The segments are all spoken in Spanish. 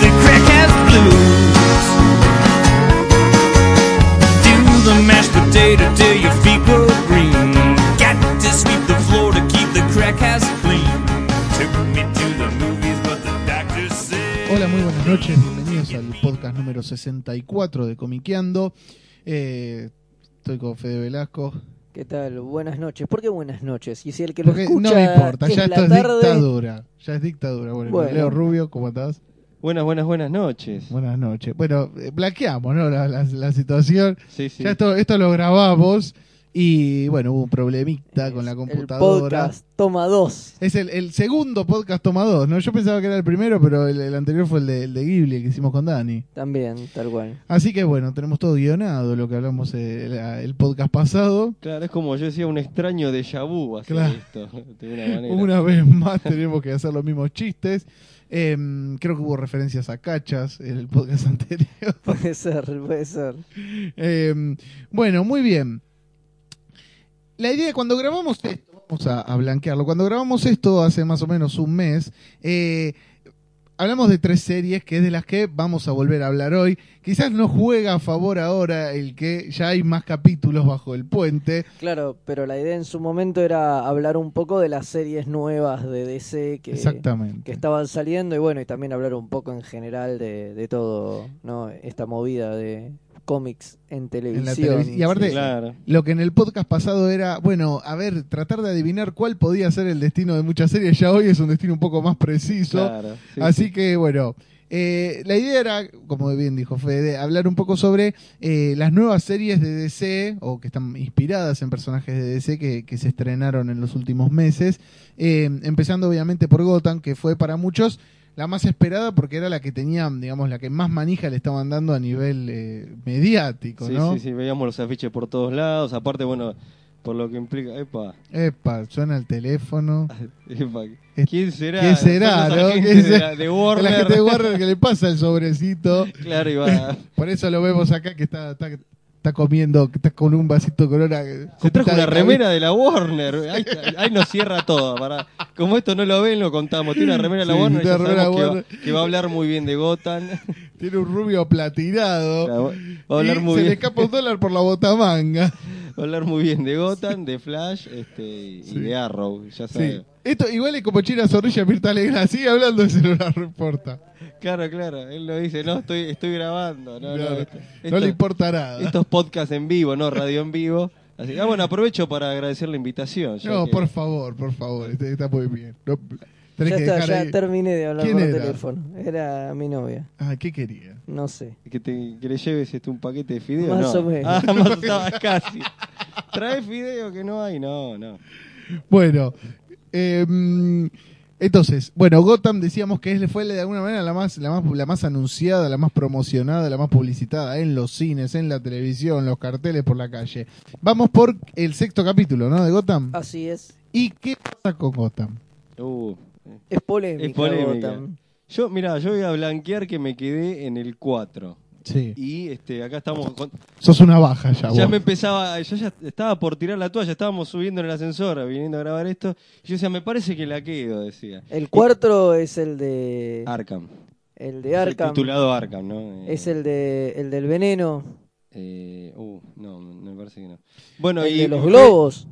the crackhead blues. Do the mashed potato till your feet go green. Got to sweep the floor to keep the crack house clean. Took me to the movies, but the doctor said. Hola, muy buenas noches, bienvenidos al podcast número 64 de Comiqueando. Eh, estoy con Fede Velasco. ¿Qué tal? Buenas noches. ¿Por qué buenas noches? Y si el que lo Porque escucha no me importa, es ya la esto es tarde, dictadura. Ya es dictadura. Bueno, Bueno. Leo Rubio, ¿cómo estás? Buenas, buenas, buenas noches. Buenas noches. Bueno, eh, blanqueamos ¿no? la, la- la situación. Sí, sí. Ya esto, esto lo grabamos y bueno, hubo un problemita con la El computadora. podcast toma dos. Es el, el segundo podcast tomado, ¿no? Yo pensaba que era el primero, pero el, el anterior fue el de, el de Ghibli que hicimos con Dani. También, tal cual. Así que bueno, tenemos todo guionado, lo que hablamos eh, la- el, podcast pasado. Claro, es como yo decía, un extraño déjà vu hacer Claro. esto, de una manera. Una vez más tenemos que hacer los mismos chistes. Eh, creo que hubo referencias a cachas en el podcast anterior. Puede ser, puede ser. Eh, bueno, muy bien. La idea cuando grabamos esto, vamos a, a blanquearlo, cuando grabamos esto hace más o menos un mes, eh, hablamos de tres series que es de las que vamos a volver a hablar hoy. Quizás no juega a favor ahora el que ya hay más capítulos bajo el puente. Claro, pero la idea en su momento era hablar un poco de las series nuevas de DC que, Exactamente. que estaban saliendo y bueno, y también hablar un poco en general de, de todo, ¿no? Esta movida de cómics en televisión. televisión. Y aparte- Claro. Lo que en el podcast pasado era, bueno, a ver, tratar de adivinar cuál podía ser el destino de muchas series, ya hoy es un destino un poco más preciso. Claro, sí, Así sí. que bueno, eh, la idea era, como bien dijo Fede, hablar un poco sobre eh, las nuevas series de DC o que están inspiradas en personajes de DC que, que se estrenaron en los últimos meses, Eh, empezando obviamente por Gotham, que fue para muchos la más esperada porque era la que tenían, digamos, la que más manija le estaban dando a nivel eh, mediático, Sí, ¿no? sí, sí, veíamos los afiches por todos lados. Aparte, bueno, por lo que implica. Epa, Epa, suena el teléfono. epa. Es- ¿Quién será? ¿Quién será, Son no? los agentes ¿Quién de, será? la- de A la Warner. gente de Warner que le pasa el sobrecito. Claro, y va. Por eso lo vemos acá que está, está, está comiendo, que está con un vasito de corona. eh, Se trajo copita de una café. remera de la Warner. Ahí, ahí nos cierra todo. Para. Como esto no lo ven, lo contamos. Tiene una remera de la Sí, Warner. tiene Ya una remera sabemos que va, Warner. que va a hablar muy bien de Gotham. Tiene un rubio platinado. Claro, va a hablar y muy se bien. le escapa un dólar por la botamanga. Va a hablar muy bien de Gotham, de Flash este, y y de Arrow. Ya sabes. Sí. Esto igual es como China Zorrilla Mirta Alegra, sigue hablando de celular, no importa. Claro, claro. Él lo dice. No, estoy, estoy grabando. No, No, no, esto- no le esto- importa nada. Estos podcasts en vivo, no radio en vivo. Así que, ah, bueno, aprovecho para agradecer la invitación. ya no, que- por favor, por favor, este- está muy bien. No, tenés ya que está, dejar ya ahí- terminé de hablar ¿Quién por era? teléfono. Era mi novia, Ah, ¿qué quería? no sé. que, te, que le lleves este, un paquete de fideos. Más no. o menos. Ah, más o menos, casi. Trae fideo que no hay, no, no. Bueno, em, entonces, bueno, Gotham decíamos que es- fue de alguna manera la más, la más, la más anunciada, la más promocionada, la más publicitada en los cines, en la televisión, los carteles por la calle. Vamos por el sexto capítulo, ¿no? De Gotham. Así es. ¿Y qué pasa con Gotham? Uh. Es polémica, Es polémica. Gotham. Yo, mirá, yo voy a blanquear que me quedé en el 4. Sí. Y este, acá estamos. con- Sos una baja ya, ya vos. me empezaba, yo ya estaba por tirar la toalla, estábamos subiendo en el ascensor, viniendo a grabar esto. Y yo decía, me parece que la quedo, decía. El cuarto es el de Arkham. el de Es el Arkham. titulado Arkham, ¿no? Eh, Es el de el del veneno, eh, uh, no, me parece que no. Bueno, el y de los globos.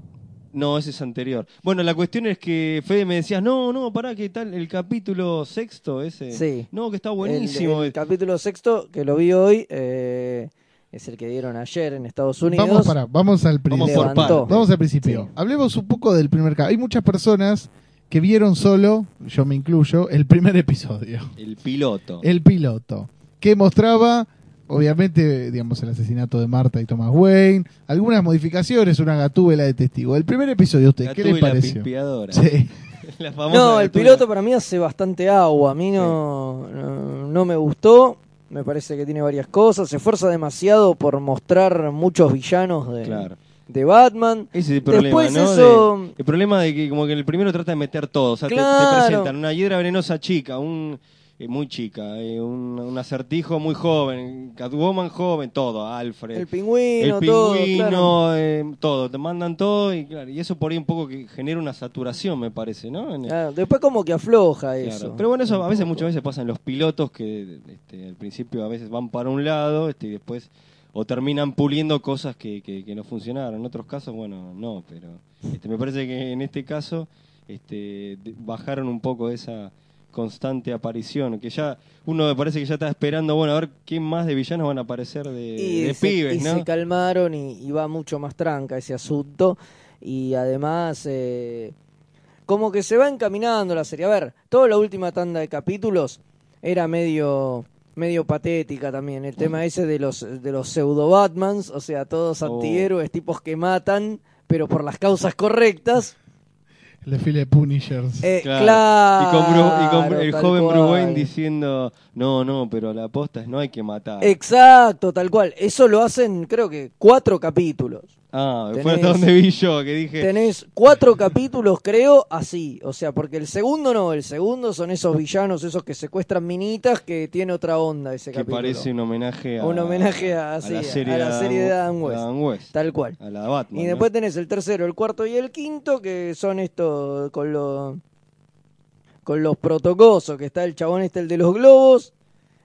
No, ese es anterior. Bueno, la cuestión es que Fede me decías, no, no, pará, ¿qué tal? El capítulo sexto ese. Sí. No, que está El- buenísimo. este. El, capítulo sexto que lo vi hoy eh, es el que dieron ayer en Estados Unidos. Vamos para, vamos al Vamos principio. por Levantó. parte. Vamos al principio. Sí. Hablemos un poco del primer capítulo. Hay muchas personas que vieron solo, yo me incluyo, el primer episodio. El piloto. El piloto, que mostraba, obviamente, digamos, el asesinato de Marta y Thomas Wayne, algunas modificaciones, una gatúbela de testigo. El primer episodio, ¿a usted, La ¿qué tuve le y la pareció? pispeadora. Sí. La famosa No, la el tuve. piloto para mí hace bastante agua. A mí no, no, no me gustó. Me parece que tiene varias cosas. Se esfuerza demasiado por mostrar muchos villanos de, Claro. de Batman. Ese es el problema, Después ¿no? eso- De- el problema de que como que el primero trata de meter todo. O sea, te- te, Claro. presentan una hiedra venenosa chica, un eh, muy chica, eh, un, un acertijo muy joven, Catwoman joven, todo, Alfred. El pingüino, el todo. pingüino, claro. eh, todo, te mandan todo y claro, y eso por ahí un poco que genera una saturación, me parece, ¿no? En- Claro, Después como que afloja Claro. eso. Pero bueno, eso a veces, Un poco. muchas veces pasa en los pilotos que este, al principio a veces van para un lado este, y después o terminan puliendo cosas que, que- que no funcionaron. En otros casos, bueno, no, pero este, me parece que en este caso este, de- bajaron un poco esa constante aparición, que ya uno me parece que ya está esperando, bueno, a ver qué más de villanos van a aparecer de, y de se, pibes, y ¿no? se calmaron y, y va mucho más tranca ese asunto. Y además, eh, como que se va encaminando la serie. A ver, toda la última tanda de capítulos era medio medio patética también el tema ese de los de los pseudo Batmans, o sea, todos Oh. antihéroes, tipos que matan, pero por las causas correctas. El desfile de Punishers. Eh, claro. Claro. Y con, Bru- y con Bru- el tal joven cual. Bruce Wayne diciendo, no, no, pero la aposta es no hay que matar. Exacto, tal cual. Eso lo hacen, creo que cuatro capítulos. Ah, fue Tenés- hasta donde vi yo, que dije. Tenés cuatro capítulos, creo, así. O sea, porque el segundo no, el segundo son esos villanos, esos que secuestran minitas, que tiene otra onda ese que capítulo. parece un homenaje a. Un homenaje a- sí, la a serie, la serie de Adam West. A Adam West. Tal cual. A la de Batman. Y ¿no? después tenés el tercero, el cuarto y el quinto, que son estos con los con los protocosos, que está el chabón este, el de los globos,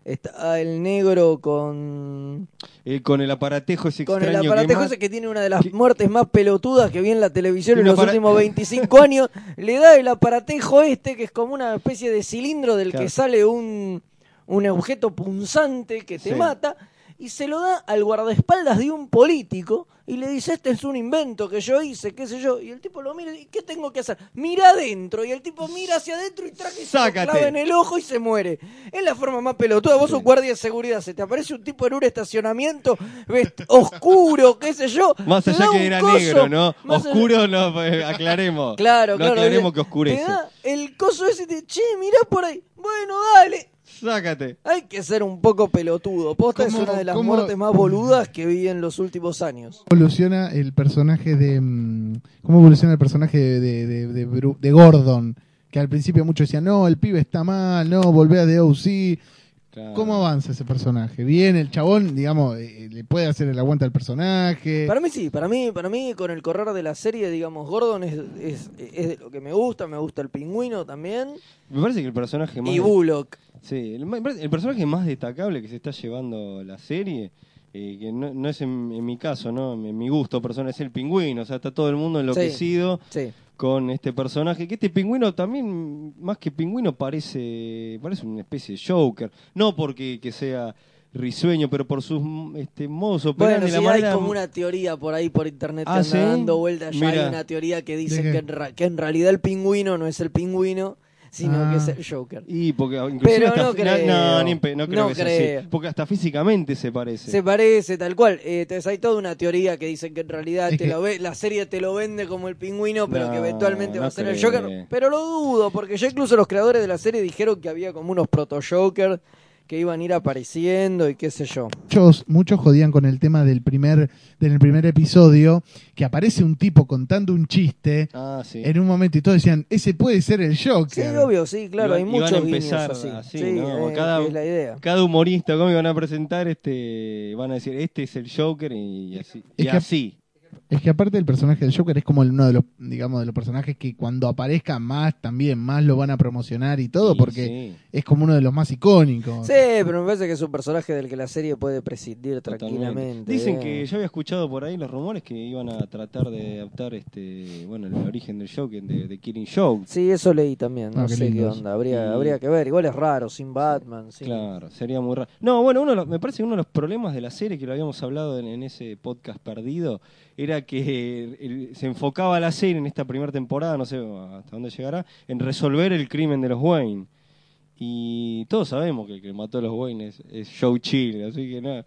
está el negro con, Eh, con el aparatejo ese con el extraño aparatejo que ese que tiene una de las que- muertes más pelotudas que vi en la televisión en Tiene los un apara- últimos 25 años, le da el aparatejo este que es como una especie de cilindro del Claro. que sale un, un objeto punzante que te Sí. mata y se lo da al guardaespaldas de un político y le dice, este es un invento que yo hice, qué sé yo, y el tipo lo mira y dice, ¿qué tengo que hacer? Mira adentro y el tipo mira hacia adentro y traca y se lo Sácate. clava en el ojo y se muere. Es la forma más pelotuda, vos sos guardia de seguridad, se te aparece un tipo en un estacionamiento vest- oscuro, qué sé yo. Más te allá da que un era coso, negro, ¿no? más allá- Oscuro, no, eh, aclaremos. Claro, no claro. aclaremos dice, que oscurece. Te da el coso ese de, che, mirá por ahí. Bueno, dale. Sácate. Hay que ser un poco pelotudo. Posta es ¿Cómo- una de las cómo- muertes más boludas que vi en los últimos años. evoluciona el personaje de. mm, ¿Cómo evoluciona el personaje de, de, de- de Bru- de Gordon? Que al principio muchos decían, no, el pibe está mal, no, volvé a DOC. Claro. ¿Cómo avanza ese personaje? Bien, el chabón, digamos, eh, le puede hacer el aguante al personaje. Para mí sí, para mí, para mí con el correr de la serie, digamos, Gordon es, es, es de lo que me gusta, me gusta el pingüino también Me parece que el personaje más. y Bullock. Sí, el, ma- el personaje más destacable que se está llevando la serie, eh, que no, no es en, en mi caso, ¿no? En mi gusto personal, es el pingüino. O sea, está todo el mundo enloquecido. Sí. con este personaje, que este pingüino también, más que pingüino, parece, parece una especie de Joker. No porque que sea risueño, pero por sus mm, este, modos operantes Bueno, sí, la hay manera... como una teoría por ahí por internet que Ah, anda ¿sí? dando vueltas. Ya Mira. hay una teoría que dice ¿De qué? que en, ra- que en realidad el pingüino no es el pingüino, sino Ah. que es el Joker. Y porque inclusive Pero hasta- no creo. no, ni en pe- no creo No que sea creo. así. Porque hasta físicamente se parece. Se parece, tal cual. Eh, Entonces hay toda una teoría que dicen que en realidad Es te que- lo ve, la serie te lo vende como el pingüino, pero que No, eventualmente va no a ser el creo. Joker. Pero lo dudo, porque ya incluso los creadores de la serie dijeron que había como unos proto-Joker que iban a ir apareciendo y qué sé yo. Muchos, muchos jodían con el tema del primer, del primer episodio, que aparece un tipo contando un chiste Ah, sí. en un momento y todos decían, ese puede ser el Sí, Joker. obvio, sí, claro, Iban- hay iban a muchos guiños empezar así. así, Sí, ¿no? eh, Cada- que es la idea. Cada humorista cómico van a presentar, este van a decir, este es el Joker y así. Es y que- así. Es que aparte el personaje del Joker es como el- uno de los, digamos, de los personajes que cuando aparezca más también, más lo van a promocionar y todo, Y porque sí. es como uno de los más icónicos. Sí, pero me parece que es un personaje del que la serie puede prescindir Totalmente. tranquilamente. Dicen eh. que yo había escuchado por ahí los rumores que iban a tratar de adaptar este, bueno, el origen del Joker de, de Killing Joke. Sí, eso leí también. No Ah, qué sé qué lindo. onda. Habría, Y- habría que ver. Igual es raro, sin Batman. sin- Claro, sería muy raro. No, bueno, uno de los- me parece que uno de los problemas de la serie que lo habíamos hablado en, en ese podcast perdido era que el- se enfocaba la serie en esta primera temporada, no sé hasta dónde llegará, en resolver el crimen de los Wayne. Y todos sabemos que el que mató a los Wayne es, es Joe Chill, así que no.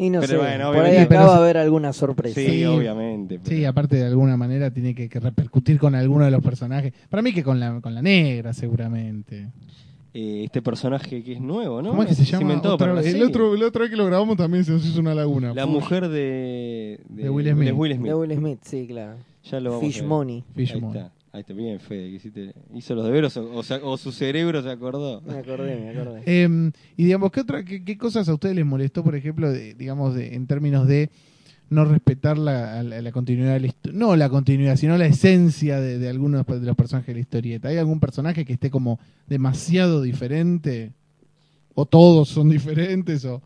Y no Pero sé. bueno, por ahí obviamente- acá Pero va a se- haber alguna sorpresa. Sí, Sí. obviamente. Sí, pero- aparte de alguna manera tiene que, que repercutir con alguno de los personajes. Para mí que con la, con la negra, seguramente. eh, este personaje que es nuevo, ¿no? ¿Cómo es que se llama? inventado Otra para la vez. el, serie. otro, el otro vez que lo grabamos también se nos hizo una laguna. La mujer de, De Will Smith. De Will Smith, sí, claro. Ya lo vamos a Fish ver. Money. Ahí Fishmon. está. Ahí está, bien, Fede, que hiciste- hizo los deberes o, o sea, o su cerebro se acordó. Me acordé, me acordé. Eh, y digamos, ¿qué, otra, qué, qué cosas a ustedes les molestó, por ejemplo, de- digamos, de- en términos de no respetar la, la- la continuidad de la histo- No la continuidad, sino la esencia de, de algunos de los personajes de la historieta. ¿Hay algún personaje que esté como demasiado diferente? ¿O todos son diferentes? ¿O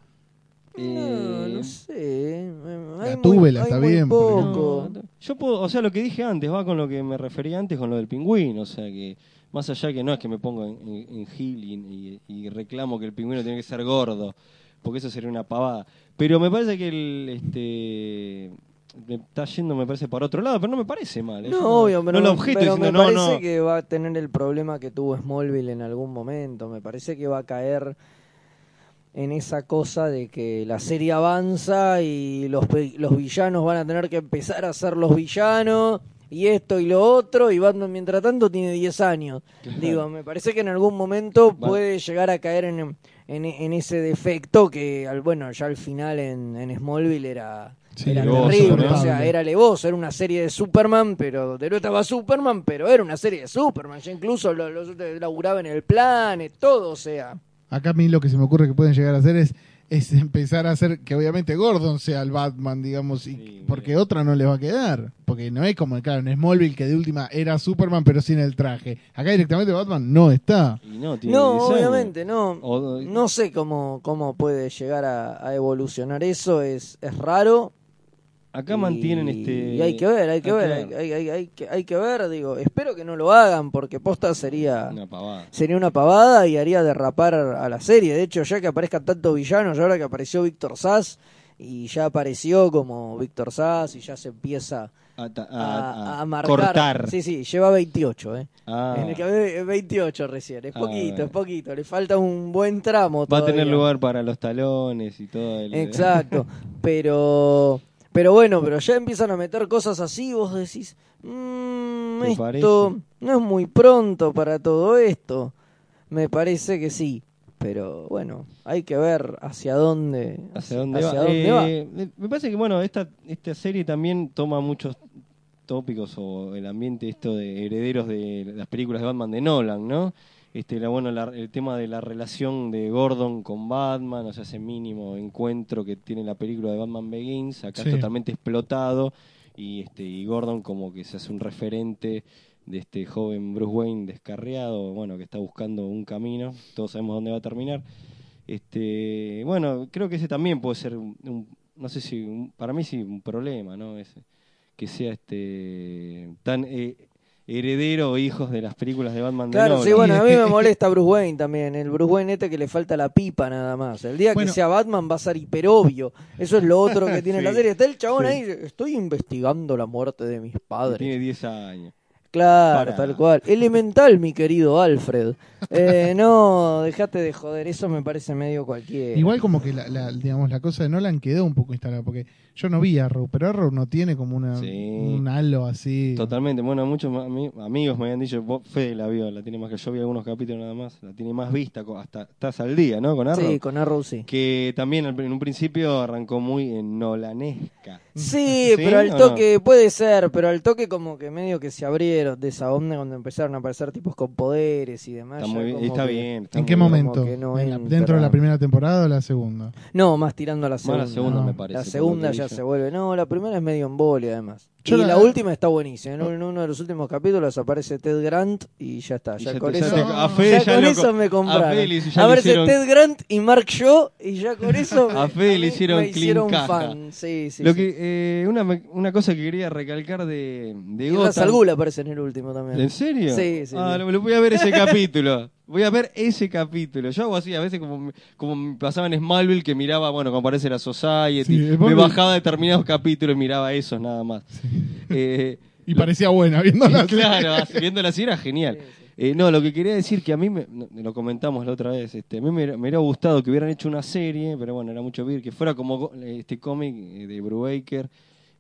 No, Eh, no sé. eh, Hay La muy- túbela hay está muy bien, porque no- poco. No, Yo puedo, o sea, lo que dije antes va con lo que me refería antes con lo del pingüino, o sea que más allá que no es que me pongo en, en- en gil y, y- y reclamo que el pingüino tiene que ser gordo, porque eso sería una pavada. Pero me parece que el este me está yendo me parece para otro lado, pero no me parece mal. ¿eh? Yo No, obvio, pero, no lo me- objeto pero diciendo, me no, parece no. que va a tener el problema que tuvo Smallville en algún momento. Me parece que va a caer en esa cosa de que la serie avanza y los, pe- los villanos van a tener que empezar a ser los villanos y esto y lo otro y Batman mientras tanto tiene 10 años. Digo, me parece que en algún momento Va- puede llegar a caer en, en, en ese defecto que, al- bueno, ya al final en, en Smallville era, Sí, era levoso, terrible, ¿no? o sea, era levoso, era una serie de Superman, pero de no estaba Superman, pero era una serie de Superman, ya incluso los lo, lo- laburaba en el planet, todo, o sea. acá a mí lo que se me ocurre que pueden llegar a hacer es, es empezar a hacer que obviamente Gordon sea el Batman, digamos, y, Sí, porque otra no le va a quedar. Porque no es como, claro, en Smallville que de última era Superman pero sin el traje. Acá directamente Batman no está. Y no, tiene No, 10 años. obviamente, no. O- No sé cómo, cómo puede llegar a, a evolucionar eso, es, es raro. Acá y- mantienen este Y hay que ver, hay que ver, hay, hay- hay- hay que, hay que ver, digo, espero que no lo hagan, porque posta sería... Una pavada. sería una pavada y haría derrapar a la serie. De hecho, ya que aparezcan tantos villanos, ya ahora que apareció Víctor Sass y ya apareció como Víctor Sass y ya se empieza A, ta- a, a- a a marcar. Ah, cortar. Sí, sí, lleva 28, ¿eh. Ah, En el que ve- 28 recién, es Ah, poquito, bueno. es poquito, le falta un buen tramo. va a todavía. tener lugar para los talones y todo el... Exacto, pero pero bueno, pero ya empiezan a meter cosas así, y vos decís, "Mm, ¿Te esto parece? no es muy pronto para todo esto. Me parece que sí, pero bueno, hay que ver hacia dónde ¿Hacia dónde hacia va? dónde va. Eh, me- Me parece que, bueno, esta, esta serie también toma muchos tópicos o el ambiente esto de herederos de las películas de Batman de Nolan, ¿no? Este, la, bueno, la- el tema de la relación de Gordon con Batman, o sea, ese mínimo encuentro que tiene la película de Batman Begins, acá Sí. es totalmente explotado y este y Gordon como que se hace un referente de este joven Bruce Wayne descarriado, bueno, que está buscando un camino, todos sabemos dónde va a terminar. Este, bueno, creo que ese también puede ser un, un- no sé si un- para mí sí un problema, ¿no? Ese, que sea este tan eh, heredero o hijos de las películas de Batman de Claro, Nolan. sí, bueno, Y a es mí que- me es que- molesta Bruce Wayne también, el Bruce Wayne este que le falta la pipa nada más. El día Bueno. que sea Batman va a ser hiperobvio. Eso es lo otro que tiene la Sí, serie. Está el chabón ahí, estoy investigando la muerte de mis Y padres. Tiene 10 años. Claro, Para. tal cual. Elemental, mi querido Alfred. Eh, no, dejate de joder, eso me parece medio cualquiera. Igual como que la, la- digamos, la cosa de Nolan quedó un poco instalada, porque yo no vi Arrow, pero Arrow no tiene como una, Sí. un halo así. Totalmente, bueno, muchos ma- ami- amigos me habían dicho, vos, Fede la vio, la tiene más que yo, vi algunos capítulos nada más, la tiene más vista, co- hasta estás al día, ¿no? Con Arrow. Sí, con Arrow sí. Que también al- en un principio arrancó muy en nolanesca. Sí, Mm. ¿Sí pero al o no? toque, puede ser, pero al toque como que medio que se abrieron de esa onda cuando empezaron a aparecer tipos con poderes y demás. Está, ya muy bien, como está que- bien. está ¿En muy qué bien. momento? que no ¿En la- entra. ¿Dentro de la primera temporada o la segunda? No, más tirando a la Más segunda. la segunda No. me parece. La por lo segunda que ya vi se yo. vuelve. No, la primera es medio embole, además. Yo y la- la, última está buenísima. En Ah. un- en uno de los últimos capítulos aparece Ted Grant y ya está. Y Ya, ya con te- ya eso, te- a Fede ya ya con lo- eso me a compraron. Fede le- ya A le verse hicieron- Ted Grant y Mark Shaw y ya con eso me- A Fede mí le hicieron me clean hicieron caja. fan. Sí, sí, Lo sí. que, eh, una, me- una cosa que quería recalcar de, de Y Gotham- Ra's al Ghul aparece en el último también. ¿En serio? Sí, sí, Ah, sí. lo, lo voy a ver ese capítulo. Voy a ver ese capítulo. Yo hago así, a veces como, me- como me pasaba en Smallville que miraba, bueno, como aparece la Society, Sí, me Smallville- bajaba determinados capítulos y miraba esos nada más. Eh, Y lo- parecía buena viéndola. claro, así, viéndola así era genial. Eh, no, lo que quería decir que a mí, me, no, lo comentamos la otra vez, este, a mí me, me hubiera gustado que hubieran hecho una serie, pero bueno, era mucho vir, que fuera como go- este cómic eh, de Brubaker,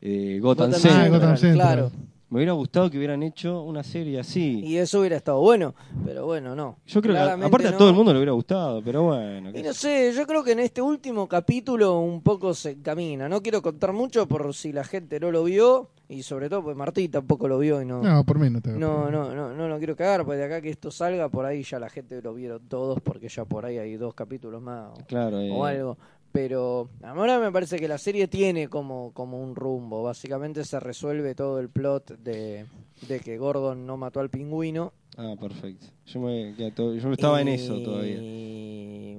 eh, Gotham Gotham Central. Ah, Gotham Central. Claro. Me hubiera gustado que hubieran hecho una serie así. Y eso hubiera estado bueno, pero bueno, no. Yo creo que Claramente aparte a no. todo el mundo le hubiera gustado, pero bueno. Y qué no sé sé, yo creo que en este último capítulo un poco se encamina. No quiero contar mucho por si la gente no lo vio y sobre todo porque Martí tampoco lo vio y no. No, por mí no te va a No, preocupar. no, no, no lo quiero cagar, porque de acá que esto salga, por ahí ya la gente lo vieron todos, porque ya por ahí hay dos capítulos más yo. o, Claro, eh, o algo. Pero ahora me parece que la serie tiene como, como un rumbo. Básicamente se resuelve todo el plot de, de que Gordon no mató al pingüino. Ah, perfecto. Yo, me, que a to- yo estaba en eso Y, todavía.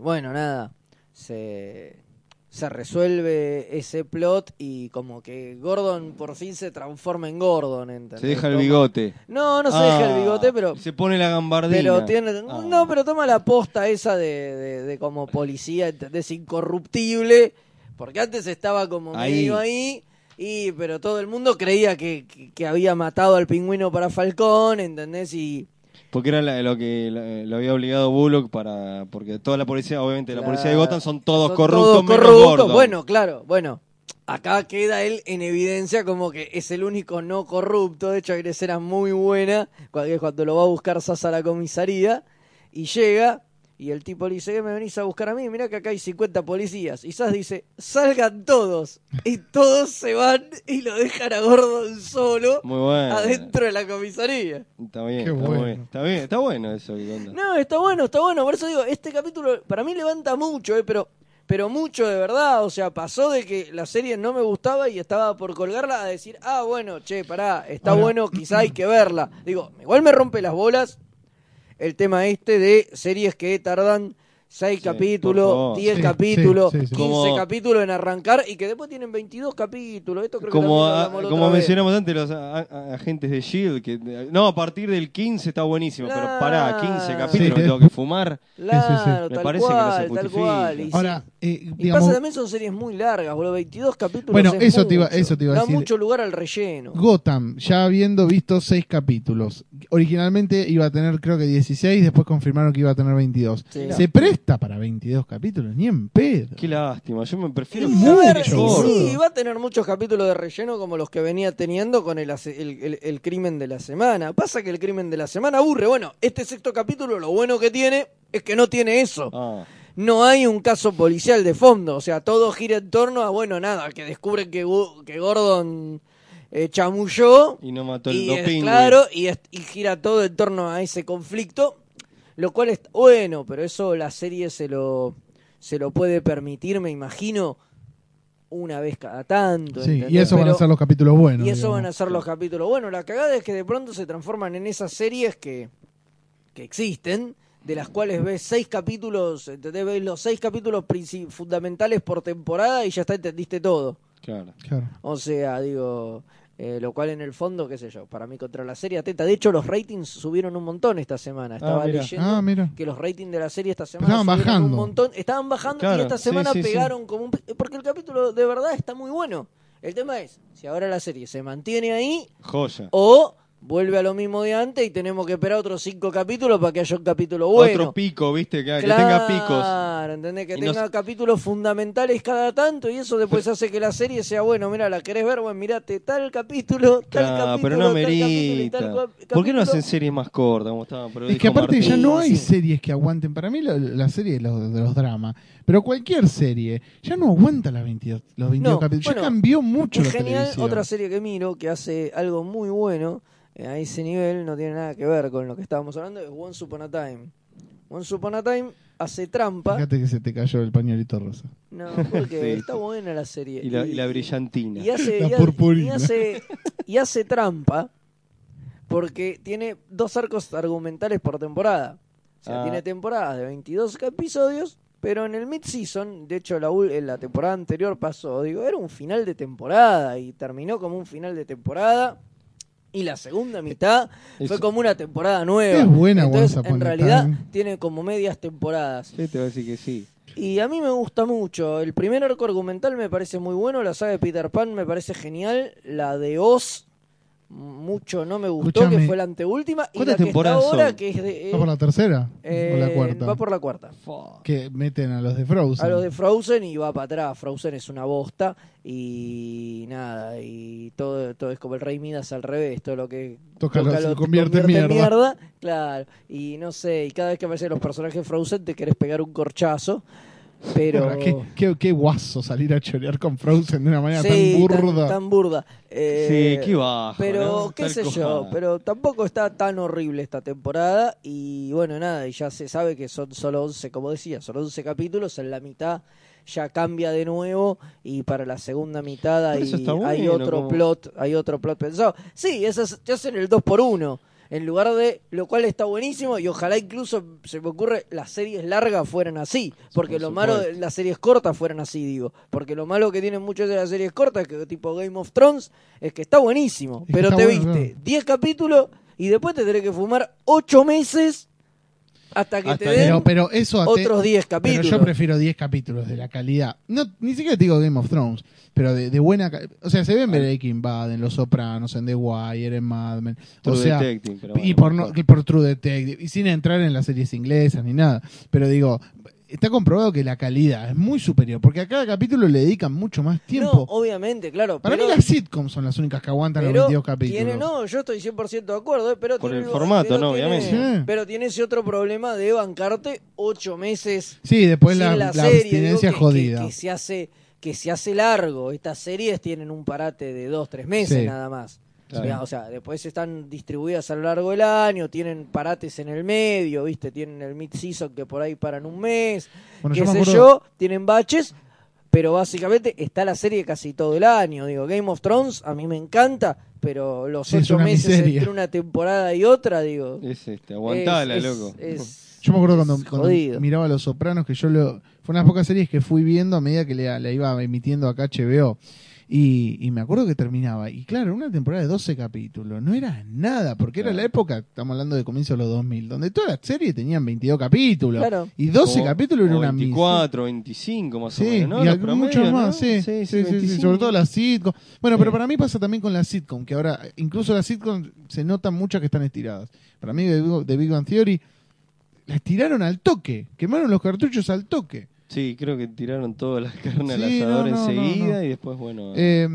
Bueno, nada. Se, se resuelve ese plot y como que Gordon por fin se transforma en Gordon, ¿entendés? Se deja el Toma- bigote. No, no se Ah, deja el bigote, pero... y Se pone la gambardina. Pero tiene, Ah. no, pero toma la posta esa de, de- de como policía, ¿entendés? Incorruptible, porque antes estaba como Ahí. medio ahí, y pero todo el mundo creía que, que- que había matado al pingüino para Falcón, ¿entendés? Y Porque era la- lo que la- lo había obligado Bullock para. Porque toda la policía, obviamente, la policía de Claro. Gotham son todos Ah, son corruptos, todos menos corruptos. Gordon. Bueno, claro, bueno. Acá queda él en evidencia como que es el único no corrupto. De hecho, hay una escena muy buena cua- que es cuando lo va a buscar Sasa a la comisaría y llega y el tipo le dice, "Eh, me venís a buscar a mí, mirá que acá hay 50 policías. Y Sas dice, salgan todos. Y todos se van y lo dejan a Gordon solo Muy bueno. adentro de la comisaría. Está bien, Qué está bueno. bien. Está bien, está bueno eso que contás. No, está bueno, está bueno. Por eso digo, este capítulo para mí levanta mucho, eh, pero, pero mucho de verdad. O sea, pasó de que la serie no me gustaba y estaba por colgarla a decir, ah, bueno, che, pará, está Ahora- bueno, quizá hay que verla. Digo, igual me rompe las bolas el tema este de series que tardan 6 Sí, por capítulos, favor. 10 Sí, capítulos, sí, sí, sí. 15 Como- capítulos en arrancar y que después tienen 22 capítulos. Esto creo que Como, también lo a- hablamos la como otra vez. mencionamos antes, los a- a- agentes de Shield, E que de- no, a partir del 15 está buenísimo, pero pará, 15 capítulos Sí. me tengo que fumar. Claro, Me tal parece que no se cual, tal justifica. cual. y Ahora, eh, Y digamos, pasa también son series muy largas, boludo, 22 capítulos. Bueno, es eso te iba- mucho. eso te iba a da decir. mucho lugar al relleno. Gotham, ya habiendo visto seis capítulos, originalmente iba a tener creo que 16, después confirmaron que iba a tener 22. Sí. Se presta para 22 capítulos, ni en pedo. Qué lástima, yo me prefiero Y, que- a ver, y mucho, sí, boludo. va a tener muchos capítulos de relleno como los que venía teniendo con el, ase- el, el- el crimen de la semana. Pasa que el crimen de la semana aburre. Bueno, este sexto capítulo lo bueno que tiene es que no tiene eso. Ah, No hay un caso policial de fondo. O sea, todo gira en torno a, bueno, nada, que descubren que, Gu- que Gordon eh, chamulló y no mató el y, es doping. claro, y, es- y gira todo en torno a ese conflicto, lo cual es bueno, pero eso la serie se lo, se lo puede permitir, me imagino, una vez cada tanto. Sí, y ¿entendés? eso van a Pero- ser los capítulos buenos. y eso van a digamos. ser los capítulos. Bueno, la cagada es que de pronto se transforman en esas series que, que existen, de las cuales ves seis capítulos, ¿entendés? Ves los seis capítulos princi- fundamentales por temporada y ya está, entendiste todo. Claro. Claro. O sea, digo, eh, lo cual en el fondo, qué sé yo, para mí contra la serie atenta. De hecho, los ratings subieron un montón esta semana. Estaba mirá. leyendo Ah, mira. que los ratings de la serie esta semana Estaban subieron un bajando. montón. Estaban bajando y Claro, esta sí, semana sí, sí. pegaron como un... pe- Porque el capítulo de verdad está muy bueno. El tema es, si ahora la serie se mantiene ahí Joya. o vuelve a lo mismo de antes y tenemos que esperar otros cinco capítulos para que haya un capítulo bueno. Otro pico, viste, que, que tenga Claro, picos. ¿entendés? Que Y no tenga capítulos fundamentales cada tanto y eso después hace que la serie sea, bueno, mira, la querés ver, bueno, mirate tal capítulo, tal Claro, capítulo, pero no tal capítulo y tal merita. cua- ¿Por qué no capítulo. hacen series más cortas? Como estaba, pero Es que dijo aparte Martín? ya no Sí, hay sí. series que aguanten. Para mí la, la serie de los, de los dramas, pero cualquier serie, ya no aguanta las 22, los 22 No, capítulos. bueno, ya cambió mucho Es la genial, televisión. otra serie que miro que hace algo muy bueno eh, a ese nivel, no tiene nada que ver con lo que estábamos hablando, es Once Upon a Time. Once Upon a Time hace trampa. Fíjate que se te cayó el pañuelito rosa. No, porque Sí, está sí. buena la serie. Y la, y la brillantina. Y hace, La y ha- purpurina. y hace, y hace trampa porque tiene dos arcos argumentales por temporada. O sea, Ah. tiene temporadas de 22 episodios, pero en el mid-season, de hecho la, ul- en la temporada anterior pasó, digo, era un final de temporada y terminó como un final de temporada. Y la segunda mitad fue Eso. como una temporada nueva. Es buena Entonces, Once Upon en a realidad Time. tiene como medias temporadas. Sí, Este te voy a decir que sí. Y a mí me gusta mucho. El primer arco argumental me parece muy bueno. La saga de Peter Pan me parece genial. La de Oz mucho no me gustó, que Escúchame. fue la anteúltima. Y ¿Cuántas la que está temporadas ahora, son? que es de. ¿Va por la tercera? eh, ¿O la cuarta? va por la cuarta. Que meten a los de Frozen. A los de Frozen y va para atrás. Frozen es una bosta y nada. Y todo, todo es como el Rey Midas al revés. Todo lo que. Tócalo, toca se lo- convierte en mierda. Claro. Y no sé, y cada vez que aparecen los personajes de Frozen te querés pegar un corchazo. Pero. qué, qué- qué guaso salir a chorear con Frozen de una manera Sí, tan burda. Tan, burda. Eh, sí, qué bajo. Pero, ¿no? qué Tal sé cosa. yo, pero tampoco está tan horrible esta temporada. Y bueno, nada, y ya se sabe que son solo 11, como decía, son 11 capítulos. En la mitad ya cambia de nuevo. Y para la segunda mitad Pero hay, eso está hay bueno, otro como- plot, hay otro plot pensado. Sí, esas te hacen el 2 por 1 en lugar de lo cual está buenísimo y ojalá incluso se me ocurre las series largas fueran así porque Por lo malo de supuesto. las series cortas fueran así digo porque lo malo que tienen muchas de las series cortas que tipo Game of Thrones es que está buenísimo Es que pero está te bueno, viste claro. 10 capítulos y después te tenés que fumar 8 meses hasta que te Hasta que- den Pero, pero eso a te- otros 10 Pero capítulos yo prefiero 10 capítulos de la calidad. No, ni siquiera te digo Game of Thrones, pero de, de buena ca- O sea, se ve en Breaking Bad, en Los Sopranos, en The Wire, en Mad Men. True o sea, Detective, pero y bueno, por, no- bueno. y por True Detective. Y sin entrar en las series inglesas ni nada. Pero digo, está comprobado que la calidad es muy superior, porque a cada capítulo le dedican mucho más no tiempo. obviamente claro Para pero, mí las sitcoms son las únicas que aguantan los Pero 22 capítulos. tiene- no, yo estoy 100% de acuerdo, eh, pero Por tiene- el formato, pero ¿no? tiene- Obviamente. Sí. Pero tiene ese otro problema de bancarte ocho meses Sí, después sin la, la serie, abstinencia es digo, que- que- jodida. Que, se hace que se hace largo. Estas series tienen un parate de dos, tres meses Sí. nada más. Claro. Mirá, O sea, después están distribuidas a lo largo del año, tienen parates en el medio, ¿viste? Tienen el mid-season que por ahí paran un mes, Bueno, qué yo me sé acuerdo- yo, tienen baches, pero básicamente está la serie casi todo el año. Digo, Game of Thrones a mí me encanta, pero los Sí, es ocho una meses miseria. entre una temporada y otra, digo. Es este, aguantala, es- loco. es- Yo me acuerdo es cuando, cuando jodido. miraba Los Sopranos, que yo lo. Fue una de las pocas series que fui viendo a medida que la, la iba emitiendo acá HBO. Y, y me acuerdo que terminaba. Y claro, una temporada de 12 capítulos. No era nada, porque era Claro. la época, estamos hablando de comienzo de los 2000, donde todas las series tenían 22 capítulos. Claro. Y 12 O- capítulos era o una mis- 24, 25 más o Sí, menos, ¿no? y Los algún- promedios, muchos ¿no? más, sí. Sí, sí, sí, sobre todo 25. las sitcom. Bueno, Sí. pero para mí pasa también con las sitcom, que ahora incluso las sitcom se notan muchas que están estiradas. Para mí de Big- de Big Bang Theory la estiraron al toque, quemaron los cartuchos al toque. Sí, creo que tiraron todas las carnes Sí, al asador no, no, no, enseguida no. y después, bueno, Eh,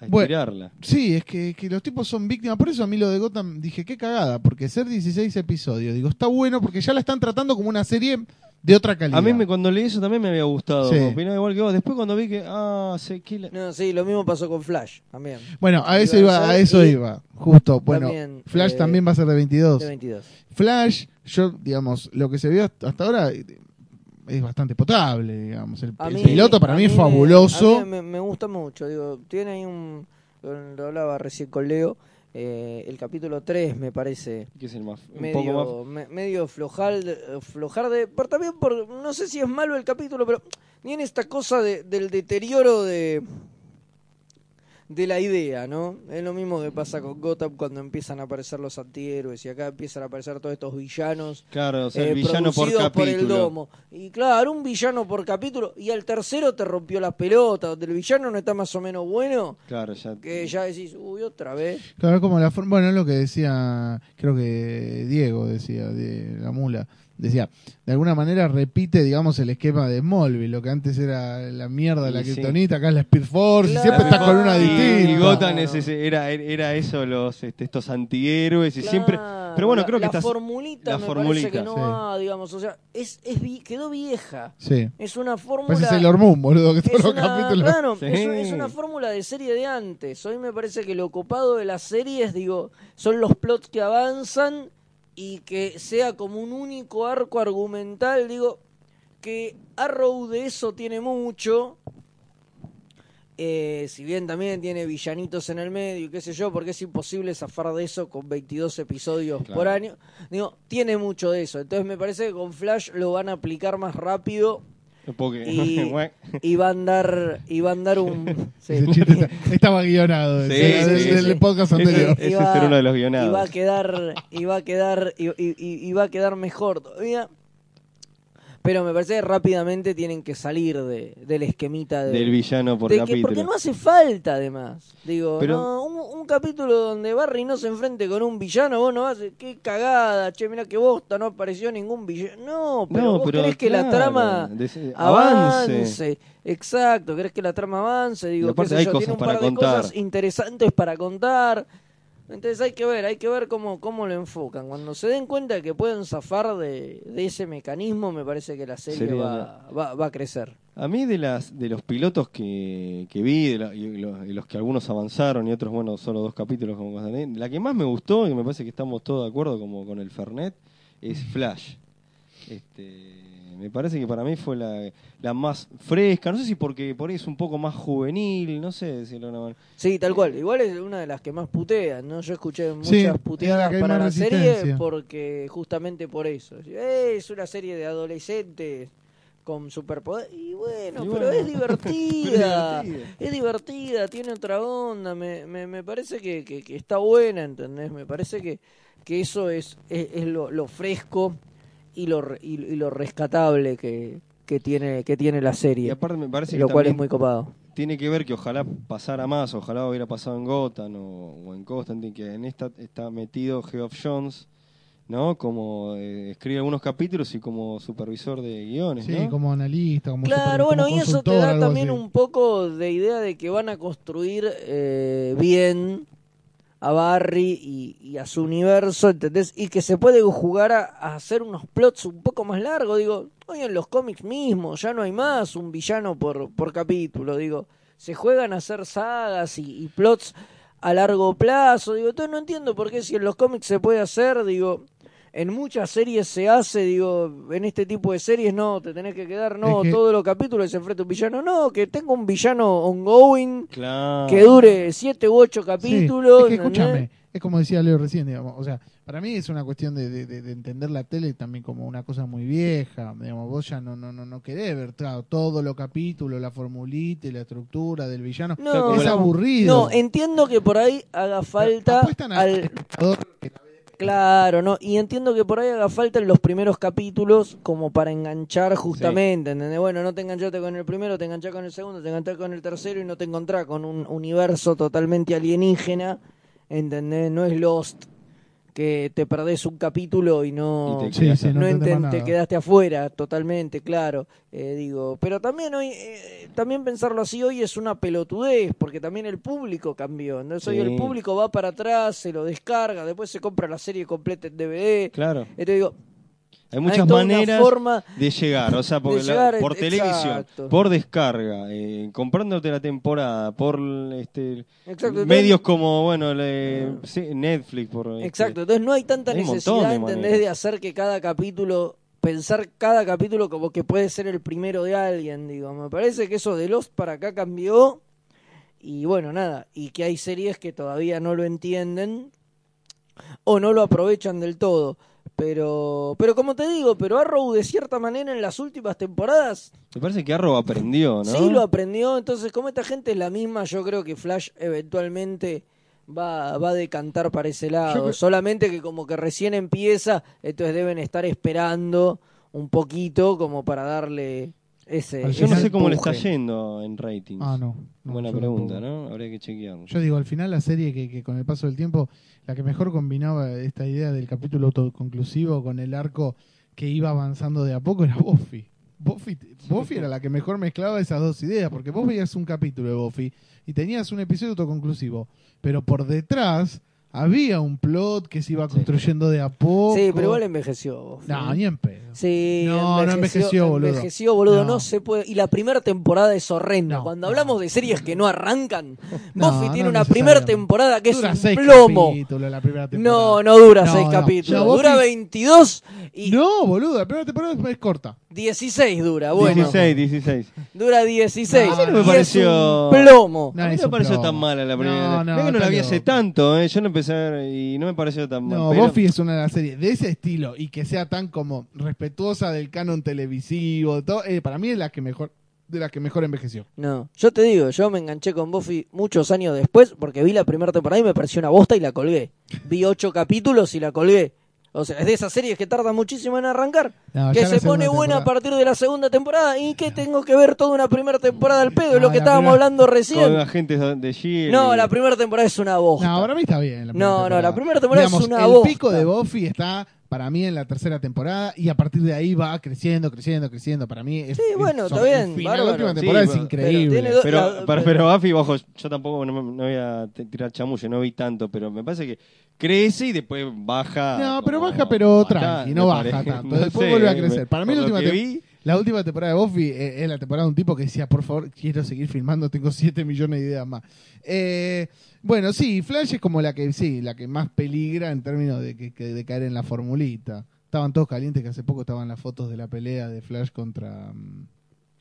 a bueno. estirarla. sí, es que, que los tipos son víctimas. Por eso a mí lo de Gotham dije, qué cagada, porque ser 16 episodios, digo, está bueno porque ya la están tratando como una serie de otra calidad. A mí me, cuando leí eso también me había gustado. Sí. Opinaba igual que vos. Después cuando vi que, ah, sé que la- No, sí, lo mismo pasó con Flash también. Bueno, a eso Iba a iba, a ser eso y- iba, justo. Bueno, También, Flash eh, también va a ser de 22. De 22. Flash, yo, digamos, lo que se vio hasta hasta ahora eh, es bastante potable, digamos. El, A el mí- piloto para a mí es me- fabuloso. a mí me, me gusta mucho. Digo, tiene ahí un. Lo hablaba recién con Leo. eh, el capítulo 3, me parece. que es el más, un medio, poco más... me- medio flojal, flojar de... Pero también por... No sé si es malo el capítulo, pero tiene esta cosa de- del deterioro de... De la idea, ¿no? Es lo mismo que pasa con Gotham cuando empiezan a aparecer los antihéroes y acá empiezan a aparecer todos estos villanos Claro, o sea, el eh, villano por producidos capítulo. el domo. Y claro, un villano por capítulo y al tercero te rompió la pelota, donde el villano no está más o menos bueno, Claro, ya... que ya decís, uy, otra vez. Claro, como la forma, bueno, es lo que decía, creo que Diego decía, de la mula, decía, de alguna manera repite, digamos, el esquema de Smallville, lo que antes era la mierda, la Y sí. criptonita, acá es la Spear Force, y Claro. siempre estás con una Y- distinta. Y Gotham Claro. es ese- era, era eso, los, este, estos antihéroes y siempre... Claro, Pero bueno, la- creo que la estás... formulita la me formulita, parece que no sí. va, digamos, o sea, es, es vi- quedó vieja. Sí. Es una fórmula Pues es el hormón, boludo, que todos es los una, capítulos. claro, Sí. es, un- es una fórmula de serie de antes. Hoy me parece que lo copado de las series, digo, son los plots que avanzan y que sea como un único arco argumental, digo, que Arrow de eso tiene mucho. eh, si bien también tiene villanitos en el medio y qué sé yo, porque es imposible zafar de eso con 22 episodios Claro. por año. Digo, tiene mucho de eso. Entonces me parece que con Flash lo van a aplicar más rápido Porque... y, y va a andar y va a andar un sí. Ese chiste está- estaba guionado Sí, ese, sí, del, sí, del sí. podcast Ese- anterior. ese será uno de los guionados. y va a quedar y va a quedar y, y- y- y va a quedar mejor todavía Pero me parece que rápidamente tienen que salir de, del esquemita de, Del villano por de que- capítulo. porque no hace falta, además. Digo, Pero- no, un, un capítulo donde Barry no se enfrente con un villano, vos no haces, qué cagada, che, mirá que bosta, no apareció ningún villano. No, pero vos querés que la claro, trama des- eh, avance. avance. Exacto, querés que la trama avance. Digo, Y aparte qué sé hay yo, cosas tiene un para par contar. de cosas interesantes para contar. Entonces hay que ver, hay que ver cómo, cómo lo enfocan. Cuando se den cuenta que pueden zafar de, de ese mecanismo, me parece que la serie Sería va, va- va a crecer. A mí de las de los pilotos que, que vi, de la- y los, y los que algunos avanzaron y otros, bueno, solo dos capítulos como Constantine, la que más me gustó y me parece que estamos todos de acuerdo como con el Fernet es Mm. Flash. Este, me parece que para mí fue la, la más fresca, no sé si porque por ahí es un poco más juvenil, no sé decirlo de una manera. Sí, tal cual. Igual es una de las que más putean, ¿no? Yo escuché muchas Sí, era la puteadas que hay para más la serie resistencia. porque justamente por eso. Eh, es una serie de adolescentes con superpoder. Y bueno, Y pero bueno. es divertida. Es divertida. es divertida, tiene otra onda. Me, me, me parece que, que- que está buena, ¿entendés? Me parece que, que eso es, es, es lo, lo fresco y lo, re- y, y lo rescatable que, que, tiene, que tiene la Y serie. aparte me parece que Lo cual es también- muy copado. tiene que ver que ojalá pasara más, ojalá hubiera pasado en Gotham o, o en Constantine, que en esta está metido Geoff Jones, ¿no? Como eh, escribe algunos capítulos y como supervisor de guiones, Sí, ¿no? como analista, como super- Claro, bueno, como y eso te consultor, da algo también así. un poco de idea de que van a construir eh, bien a Barry y, y a su universo, ¿entendés? Y que se puede jugar a, a hacer unos plots un poco más largos, digo, hoy en los cómics mismos ya no hay más un villano por, por capítulo, digo, se juegan a hacer sagas y, y plots a largo plazo, digo, entonces no entiendo por qué si en los cómics se puede hacer, digo, en muchas series se hace, digo, en este tipo de series no, te tenés que quedar, Es no, que- todos los capítulos se enfrenta un villano, no, que tenga un villano ongoing Claro. que dure siete u ocho Sí, capítulos. es que ¿entendés? escúchame, es como decía Leo recién, digamos, o sea, para mí es una cuestión de, de- de- de entender la tele también como una cosa muy vieja, digamos, vos ya no no no no querés ver claro, todo lo capítulo, la formulita y la estructura del villano, No, Claro, como es la- aburrido. No, entiendo que por ahí haga falta apuestan a- al claro, no, y entiendo que por ahí haga falta en los primeros capítulos como para enganchar justamente, ¿entendés? Bueno, no te enganchaste con el primero, te enganchás con el segundo, te enganchás con el tercero y no te encontrás con un universo totalmente alienígena, ¿entendés? No es Lost que te perdés un capítulo y no Y te Sí, sí, no, no entendés más enten- te nada. quedaste afuera totalmente claro eh, digo pero también hoy eh, también pensarlo así hoy es una pelotudez porque también el público cambió entonces hoy Sí. el público va para atrás se lo descarga después se compra la serie completa en DVD Claro. entonces digo Hay muchas toda una maneras forma de llegar, o sea, porque de la- llegar, por eh, televisión, exacto. por descarga, eh, comprándote la temporada, por este, Exacto, Ah. medios como, bueno, le- sí, Netflix, por... este, Exacto, entonces no hay tanta Hay un necesidad, montón de ¿entendés? maneras. De hacer que cada capítulo, pensar cada capítulo como que puede ser el primero de alguien, digo. Me parece que eso de Lost para acá cambió. Y bueno, nada, y que hay series que todavía no lo entienden o no lo aprovechan del todo. Pero, pero como te digo, pero Arrow de cierta manera en las últimas temporadas Me parece que Arrow aprendió, ¿no? Sí, lo aprendió. Entonces, como esta gente es la misma, yo creo que Flash eventualmente va, va a decantar para ese Yo lado. creo- Solamente que como que recién empieza, entonces deben estar esperando un poquito como para darle ese... Al Yo no final ese sé cómo le está empuje. yendo en ratings. Ah, no. no, Buena yo pregunta, tampoco. ¿no? Habría que chequearlo. Yo digo, al final la serie que, que con el paso del tiempo, la que mejor combinaba esta idea del capítulo autoconclusivo con el arco que iba avanzando de a poco era Buffy. Buffy, Buffy era la que mejor mezclaba esas dos ideas, porque vos veías un capítulo de Buffy y tenías un episodio autoconclusivo, pero por detrás había un plot que se iba construyendo de a poco. Sí, pero igual envejeció. vos. No, ni en pedo. Sí, No, no envejeció, boludo. Envejeció, boludo, no. No. se puede. Y la primera temporada es horrenda. No, Cuando no. hablamos de series que no arrancan, No, Buffy no tiene una primera necesariamente. temporada que Dura es un seis plomo. capítulos la primera temporada. No, no dura No, seis no. capítulos. No, vos dura fi- 22 y No, boludo, la primera temporada es corta. 16 dura. Bueno, 16, 16. dura 16. No, a mí no me y es pareció- un plomo. a mí es no me un pareció plomo. tan mala la primera. No, no, Mirá que no la está vi loco. hace tanto, ¿eh? Yo no empecé a ver y no me pareció tan mala. No, pero- Buffy es una de las series de ese estilo y que sea tan como respetuosa del canon televisivo, de todo, eh, para mí es la que mejor de las que mejor envejeció. No, yo te digo, yo me enganché con Buffy muchos años después porque vi la primera temporada y me pareció una bosta y la colgué. Vi ocho capítulos y la colgué. O sea, es de esas series que tarda muchísimo en arrancar, No, que ya la se pone segunda buena a temporada- partir de la segunda temporada y que tengo que ver toda una primera temporada al pedo, No, lo que la estábamos primera- hablando Con recién. agentes de eh, Shield. No, y- la primera temporada es una boja. No, para mí está bien. la primera No, no, temporada. la primera temporada es Digamos, una El bosta. pico de Buffy está para mí en la tercera temporada y a partir de ahí va creciendo, creciendo, creciendo. Para mí es. Sí, bueno, es- está bien, El final de bárbaro. la última temporada Sí, es pero- increíble. tiene dos- Pero, la- pero, pero Buffy, ojo, yo tampoco no, me- no voy a t- tirar chamullo, no vi tanto, pero me parece que crece y después baja. No, pero como baja, pero bastante, tranqui, no me baja parece. tanto. No Después sé, vuelve a me- crecer. Para mí la por lo última, que tem- vi, la última temporada de Buffy eh, es la temporada de un tipo que decía, por favor, quiero seguir filmando, tengo 7 millones de ideas más. Eh, bueno, sí, Flash es como la que sí, la que más peligra en términos de, que, que- de caer en la formulita. Estaban todos calientes que hace poco estaban las fotos de la pelea de Flash contra mm,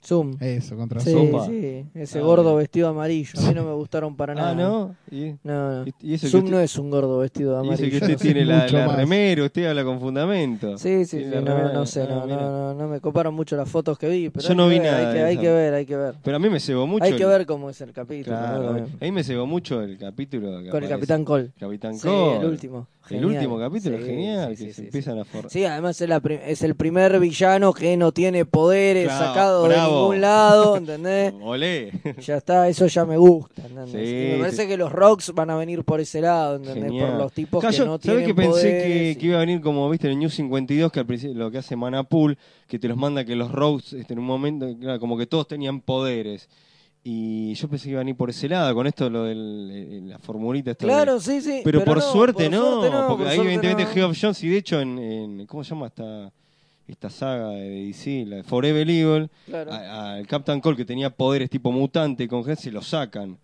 Zoom. eso, contra Sí, Zoom. Zumba. sí, ese Ah, gordo bueno. vestido amarillo. A mí no me gustaron para nada. Ah, ¿no? ¿Y, No, no. y eso que Zoom usted- no es un gordo vestido de y eso amarillo. que usted Amarillo. tiene la, Mucho la más. remera, usted habla con fundamento. Sí, sí, sí, Tiene la no, remera- no sé, ah, no, no, mira. no, no me coparon mucho las fotos que vi, pero Yo hay no que vi ver, nada Hay de que, hay eso. que ver, hay que ver. Pero a mí me cebó mucho. Hay que el- ver cómo es el capítulo. Claro, ¿no? a mí- a mí me cebó mucho el capítulo. que Con el aparece- Capitán Cole. Capitán Sí, Cole. el último. El Genial. último capítulo, Sí, genial. sí, que sí, se sí, empiezan a forrar. Sí, además es, la prim- es el primer villano que no tiene poderes Claro, sacado de bravo. ningún lado, ¿entendés? Olé. ya está, eso ya me gusta, ¿entendés? Y Sí, me parece sí. que los rocks van a venir por ese lado, ¿entendés? Genial. Por los tipos Claro, que yo- no ¿sabés tienen que pensé poderes. que, que iba a venir como viste en el News 52 que al principio lo que hace Manapool que te los manda que los rogues este, en un momento claro, como que todos tenían poderes y yo pensé que iban a ir por ese lado con esto lo de la formulita esta de- Claro, sí, sí. pero, por, no, suerte, por no, suerte porque por ahí suerte evidentemente no. Geoff Jones y de hecho en, en- ¿cómo se llama esta esta saga de DC, la de Forever Evil, Claro. a- al Captain Cole que tenía poderes tipo mutante con gente se lo sacan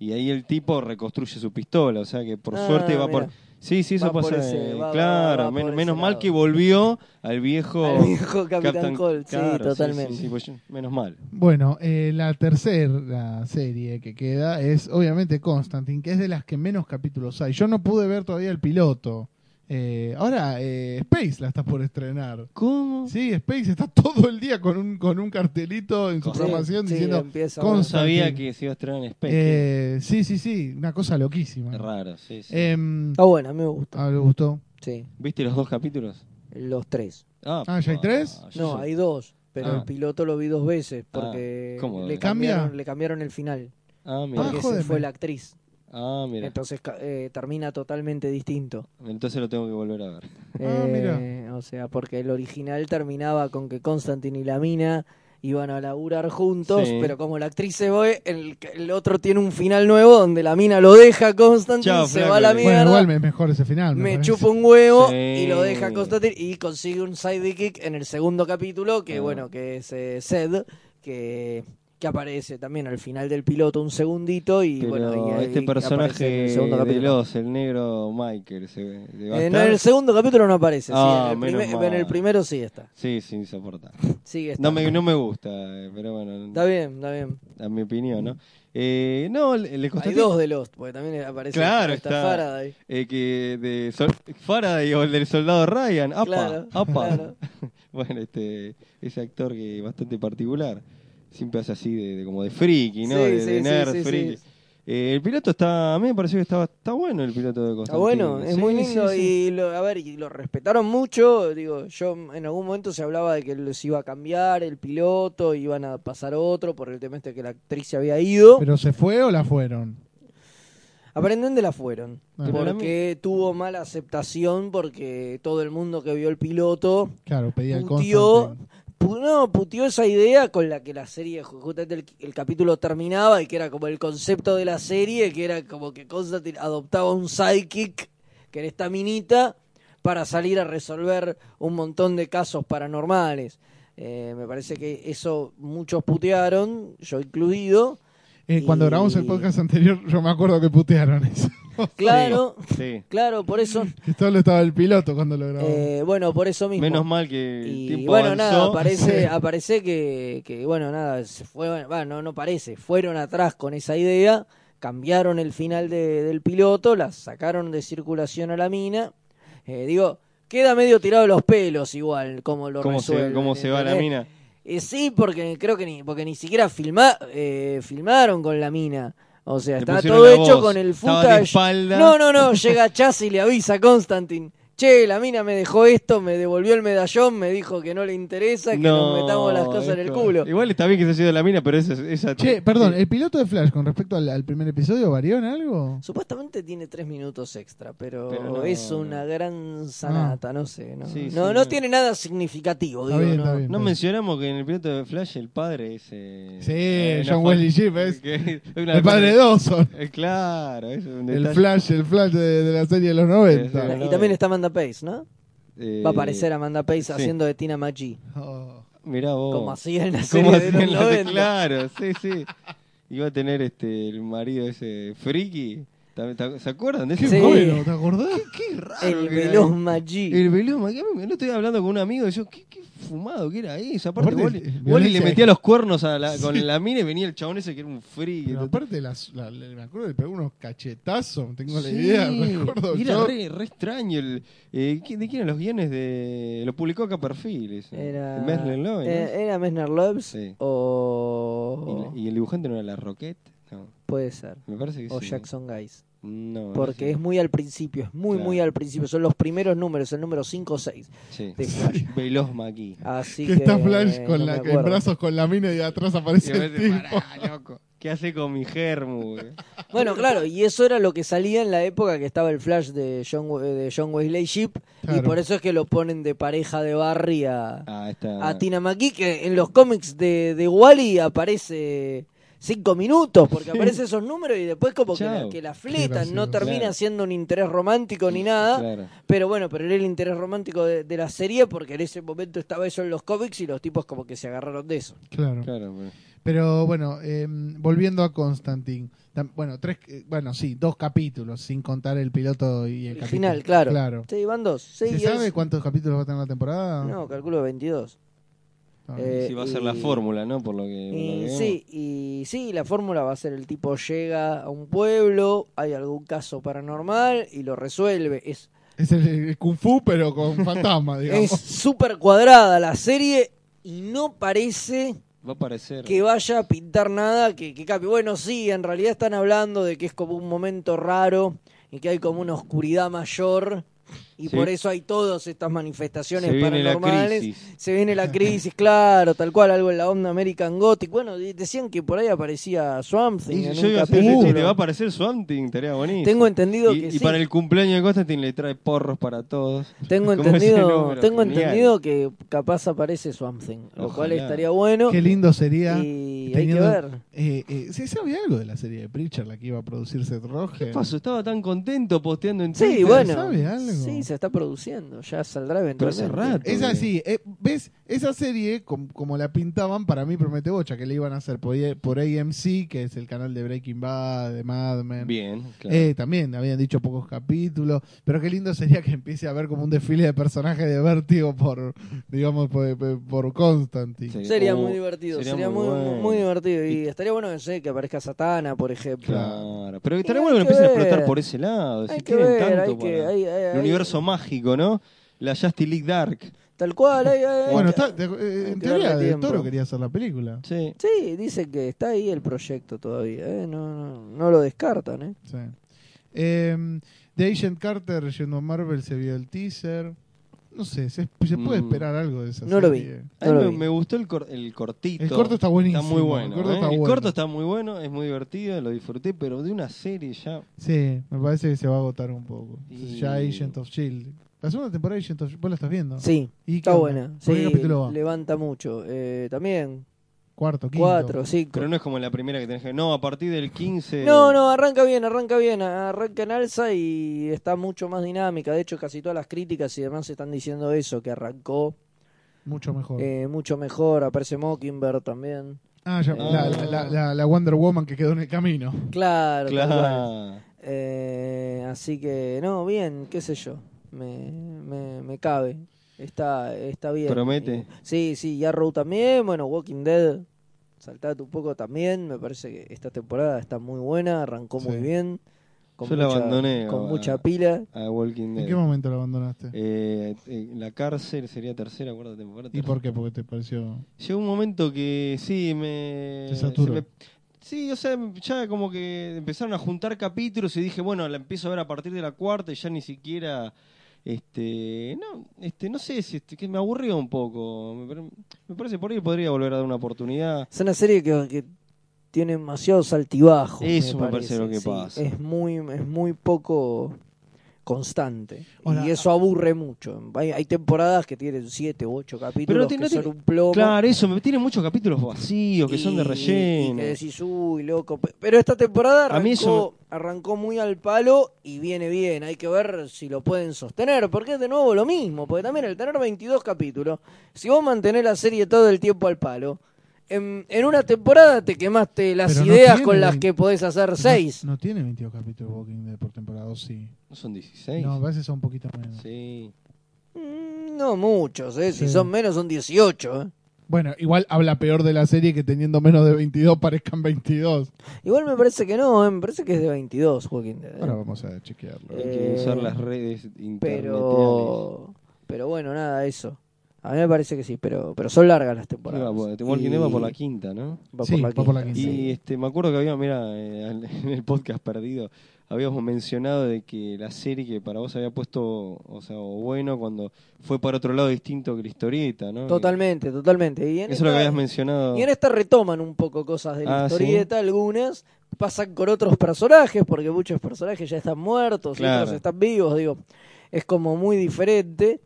y ahí el tipo reconstruye su pistola, o sea que por Ah, suerte va mira. por Sí, sí, eso Va por pasa. ese, eh, va, va, claro, va por menos, ese menos mal lado. que volvió al viejo, Al viejo Capitán Cole, sí, totalmente. sí, pues yo- menos mal. Bueno, eh, la tercera serie que queda es obviamente Constantine, que es de las que menos capítulos hay. Yo no pude ver todavía el piloto. Eh, ahora eh, Space la está por estrenar. ¿Cómo? Sí, Space está todo el día con un, con un cartelito en su Sí, programación sí, diciendo empieza No Constantine. sabía que se iba a estrenar en Space. Eh, sí, sí, sí, una cosa loquísima. Raro, sí, sí. Em, Está buena, me gusta. ah, le gustó. Sí, ¿Viste los dos capítulos? los tres. Ah, ¿ya hay pa, tres? yo No, sé. hay dos, pero Ah. el piloto lo vi dos veces porque Ah, ¿cómo? le, ¿Cambia? cambiaron, le cambiaron el final. Ah, mira. Porque se jodeme. fue la actriz. Ah, mira. Entonces ca- eh, termina totalmente distinto. Entonces lo tengo que volver a ver. Ah, Eh, O sea, porque el original terminaba con que Constantine y la mina iban a laburar juntos, Sí. pero como la actriz se fue, el, el otro tiene un final nuevo donde la mina lo deja a Constantine, Chao, se flaco, va a la le- mierda. Bueno, igual me mejor ese final. me me parece. chupa un huevo Sí. y lo deja Constantine y consigue un sidekick en el segundo capítulo que Ah. bueno que es eh, Zed que, que aparece también al final del piloto un segundito y Pero bueno y- este y aparece en personaje el segundo de capítulo los, el negro Michael, se ve. ¿de- va a en estar? el segundo capítulo no aparece sí, Ah, en, el menos primer- mal. en el primero sí está Sí, sí, insoportable. sí está No me, no me gusta, eh, pero bueno, Está bien, está bien. a mi opinión, ¿no? Eh, no, le, le costó Hay dos de Lost, porque también aparece Claro, esta está. Faraday. eh, que de Sol- Faraday o el del soldado Ryan, apa, Claro, apa. claro. Bueno, este, ese actor que es bastante particular, siempre hace así de, de como de friki, ¿no? Sí, de, sí, de sí, nerd sí, sí. friki. Eh, el piloto está, a mí me pareció que estaba, está bueno el piloto de Está Constantino. bueno, es muy lindo y lo, a ver, y lo respetaron mucho, digo, yo en algún momento se hablaba de que los iba a cambiar el piloto, iban a pasar otro por el tema este que la actriz se había ido. ¿Pero se fue o la fueron? Aparentemente la fueron, Ah. Pero la porque tuvo mala aceptación porque todo el mundo que vio el piloto Claro, pedí al puteó, Constantine. pu- no, puteó esa idea con la que la serie, ju- justamente el, el capítulo terminaba y que era como el concepto de la serie, que era como que Constantine adoptaba un psychic, que era esta minita, para salir a resolver un montón de casos paranormales. Eh, me parece que eso muchos putearon, yo incluido. Eh, Cuando y- grabamos el podcast anterior, yo me acuerdo que putearon eso. Claro, Sí. claro, por eso. Que solo estaba el piloto cuando lo grabamos. eh, bueno, por eso mismo. Menos mal que el Y tiempo bueno, avanzó. nada, aparece, Sí. aparece que, que, bueno, nada, se fue, bueno, no, no parece, fueron atrás con esa idea, cambiaron el final de- del piloto, la sacaron de circulación a la mina. eh, digo, queda medio tirado de los pelos igual, como lo ¿Cómo se, resuelven, cómo se va la ¿entendés? mina? Eh, sí, porque creo que ni, porque ni siquiera filma, eh, filmaron con la mina. O sea, Le está pusieron todo la hecho voz. con el Estaba de footage. espalda. No, no, no, llega Chas y le avisa a Constantine Che, la mina me dejó esto, me devolvió el medallón, me dijo que no le interesa, que nos metamos las cosas en el esto- culo. Igual está bien que se ha sido la mina, pero esa. esa Che, perdón, eh, sí. ¿el piloto de Flash con respecto al, al primer episodio varió en algo? Supuestamente tiene tres minutos extra, pero, Pero no, es no. una gran sanata, no sé. No, Sí, sí, no, no no. tiene nada significativo, Está digo. bien, no. está bien. No mencionamos que en el piloto de Flash el padre es. eh, Sí, eh, una John fa- Wesley Shipp es que- es una- El padre de Dawson. Eh, Claro, es un El detalle. Flash, el Flash de, de la serie de los 90. Exacto. Y también está Amanda Pace, ¿no? Eh, Va a aparecer Amanda Pace sí. haciendo de Tina Maggi, Oh. Mirá vos. como hacía en la ¿Cómo serie de los hacían la- 90. Claro, sí, sí. Iba a tener este el marido ese friki. ¿Tam- tam- ¿Se acuerdan de Qué ese? Sí. bueno, ¿te acordás? Qué raro. El que era veloz eso. Maggi. El veloz Maggi. A mí No estoy hablando con un amigo. y Yo, qué, qué fumado que era eso. Aparte, Aparte, Wally, es- es Wally le violencia. metía los cuernos a la- con Sí. la mina y venía el chabón ese que era un friki. Pero aparte, las- la- la- me acuerdo, le pegó unos cachetazos. Tengo la Sí, idea, recuerdo. y yo. Era re, re extraño. El, eh, ¿qui- ¿De quién eran los guiones? de Lo publicó acá Perfil. Eso. Era Meslen Loeb, ¿no? eh, era Messner Loebs Sí. o... Y, y el dibujante no era la Roquette. No, Puede ser. me parece que O sí. Jackson Guys. No, no Porque sé. es muy al principio, es muy, Claro. muy al principio. Son los primeros números, el número 5 o 6 Sí. de Ah, Flash. Veloz Maquí. Así que está que, Flash con no la, me en acuerdo. brazos con la mina y atrás aparece el tipo. loco. ¿Qué hace con mi germu? güey? Bueno, claro, y eso era lo que salía en la época que estaba el Flash de John, We- de John Wesley Shipp. Y Claro. por eso es que lo ponen de pareja de Barry a, Ah, está. a Tina McGee, que en los cómics de, de Wally aparece cinco minutos, porque aparece esos números y después como que la, Chao. que la fletan, gracioso. no termina Claro. siendo un interés romántico ni nada. Claro. Pero bueno, pero era el interés romántico de, de la serie porque en ese momento estaba eso en los cómics y los tipos como que se agarraron de eso. Claro. Claro, pero- Pero bueno, eh, volviendo a Constantine. Tam- Bueno, tres, eh, bueno, sí, dos capítulos, sin contar el piloto y el, El final, capítulo. claro. Sí, van dos. Sí, ¿Se es- sabe cuántos capítulos va a tener la temporada? No, calculo 22. Ah, Eh, Sí, va a ser la y- fórmula, ¿no? Por lo que. por lo que Y, vemos. sí, y sí, la fórmula va a ser el tipo llega a un pueblo, hay algún caso paranormal y lo resuelve. Es Es el, el Kung Fu, pero con fantasma, digamos. Es súper cuadrada la serie y no parece Va a aparecer. que vaya a pintar nada que, que cambie. Bueno, sí, en realidad están hablando de que es como un momento raro y que hay como una oscuridad mayor y Sí. por eso hay todas estas manifestaciones Se viene la paranormales. crisis. Se viene la crisis, claro, tal cual, algo en la onda American Gothic. Bueno, de- decían que por ahí aparecía Swamp Thing Y en yo un iba a hacer ese capítulo. chiste, va a aparecer Swanting, estaría bonito. Tengo entendido y, que y sí. para el cumpleaños de Constantine le trae porros para todos. Tengo ¿Cómo es ese entendido, número? tengo Genial. entendido que capaz aparece Swamp Thing, lo cual Ojalá. estaría bueno. Qué lindo sería. Y hay que teniendo- ver. eh, eh, ¿Se sabe algo de la serie de Preacher, la que iba a producir Seth Rogen? ¿Qué pasó? Estaba tan contento posteando en Twitter. Sí, bueno. ¿Sabe algo? Sí, se está produciendo, ya saldrá Pero hace eventualmente. rato. Es así, eh, ¿ves? Esa serie, com- como la pintaban, para mí promete bocha, que le iban a hacer por, I- E, por AMC, que es el canal de Breaking Bad, de Mad Men. Bien, claro. Eh, también habían dicho pocos capítulos, pero qué lindo sería que empiece a haber como un desfile de personajes de vértigo por, digamos, por, por Constantine. Sí. Sería O- muy divertido, sería, muy, Uh, bueno. muy divertido. Y, Y- estaría bueno que, sé, que aparezca Satana, por ejemplo. Claro, pero Y estaría hay bueno que que empiecen a explotar ver. por ese lado. Hay Si que quieren ver, tanto hay que- para hay- hay- el hay- universo mágico, ¿no? La Justice League Dark. Tal cual, hay- hay- Bueno, hay- está- de- eh, hay en que darle teoría Del tiempo. Toro quería hacer la película. Sí. Sí, dicen que está ahí el proyecto todavía, ¿eh? no, no, no lo descartan. ¿eh? Sí. Eh, The Agent Carter yendo a Marvel se vio el teaser. No sé, se, se puede Mm. esperar algo de esa No lo vi. serie. A No mí lo me, vi. me gustó el, cor- el cortito. El corto está buenísimo. muy bueno. El corto, ¿eh? está, bueno. está muy bueno, es muy divertido, lo disfruté, pero de una serie ya. Sí, me parece que se va a agotar un poco. Y- Ya Agent of Shield. La segunda temporada de Agent of Shield, vos la estás viendo. Sí, ¿Y está qué onda? buena. ¿Por Sí, qué capítulo va? levanta mucho. Eh, también, Cuarto, quinto. cuatro, cinco. Pero no es como la primera que tenés que. No, a partir del 15. No, no, arranca bien, arranca bien, arranca en alza y está mucho más dinámica. De hecho, casi todas las críticas y demás están diciendo eso, que arrancó Mucho mejor. eh, mucho mejor. Aparece Mockingbird también. ah, ya, Ah. La, la- la- la Wonder Woman que quedó en el camino. Claro, tal cual. Claro. Eh, así que, no, bien, qué sé yo, me, me, me cabe. Está, está bien. Promete. Sí, sí, y Arrow también, bueno, Walking Dead, saltate un poco también. Me parece que esta temporada está muy buena, arrancó muy Sí. bien. Con Yo la mucha, abandoné, Con va. mucha pila. A Walking ¿En qué Dead. momento la abandonaste? Eh, eh, la cárcel sería tercera, cuarta temporada. ¿Y por qué? Porque te pareció. Llegó un momento que sí, me. Te saturó. se me- sí, o sea, ya como que empezaron a juntar capítulos y dije, bueno, la empiezo a ver a partir de la cuarta y ya ni siquiera Este, no, este, no sé si este, que me aburrió un poco. Me, pare- me parece por ahí podría volver a dar una oportunidad. Es una serie que, que tiene demasiados altibajos. Eso me parece lo que pasa. Es muy, es muy poco constante. Ahora, y eso aburre mucho. Hay, hay temporadas que tienen siete u ocho capítulos tiene- que son no tiene- un plomo. Claro, eso, me tiene muchos capítulos vacíos que son de y- Y relleno. que decís, uy, loco. Pe- Pero esta temporada arrancó, A mí eso arrancó muy al palo y viene bien. Hay que ver si lo pueden sostener, porque es de nuevo lo mismo. Porque también el tener 22 capítulos, si vos mantenés la serie todo el tiempo al palo, en, en una temporada te quemaste las Pero no ideas tiene con las 20. que podés hacer seis. No, no tiene 22 capítulos Walking Dead por temporada, o sí. ¿No son 16? No, a veces son un poquito menos. Eh, Sí. Mm, No muchos, ¿eh? si Sí. son menos son 18. ¿eh? Bueno, igual habla peor de la serie que teniendo menos de 22 parezcan 22. Igual me parece que no, ¿eh? me parece que es de 22, Joaquín. Ahora vamos a chequearlo. Hay que Eh, usar las redes internet. pero pero bueno nada eso a mí me parece que sí pero pero son largas las temporadas Walking Dead va por la quinta, ¿no? va por Sí, la va por la quinta, Y quinta. sí. este, me acuerdo que había, mira, eh, al- en el podcast perdido, habíamos mencionado de que la serie que para vos había puesto, o sea, o bueno, cuando fue para otro lado distinto que la historieta, ¿no? totalmente totalmente y en, Eso es lo que esta, habías mencionado. y en esta retoman un poco cosas de la Ah, historieta algunas pasan con otros personajes porque muchos personajes ya están muertos y Claro. otros están vivos digo es como muy diferente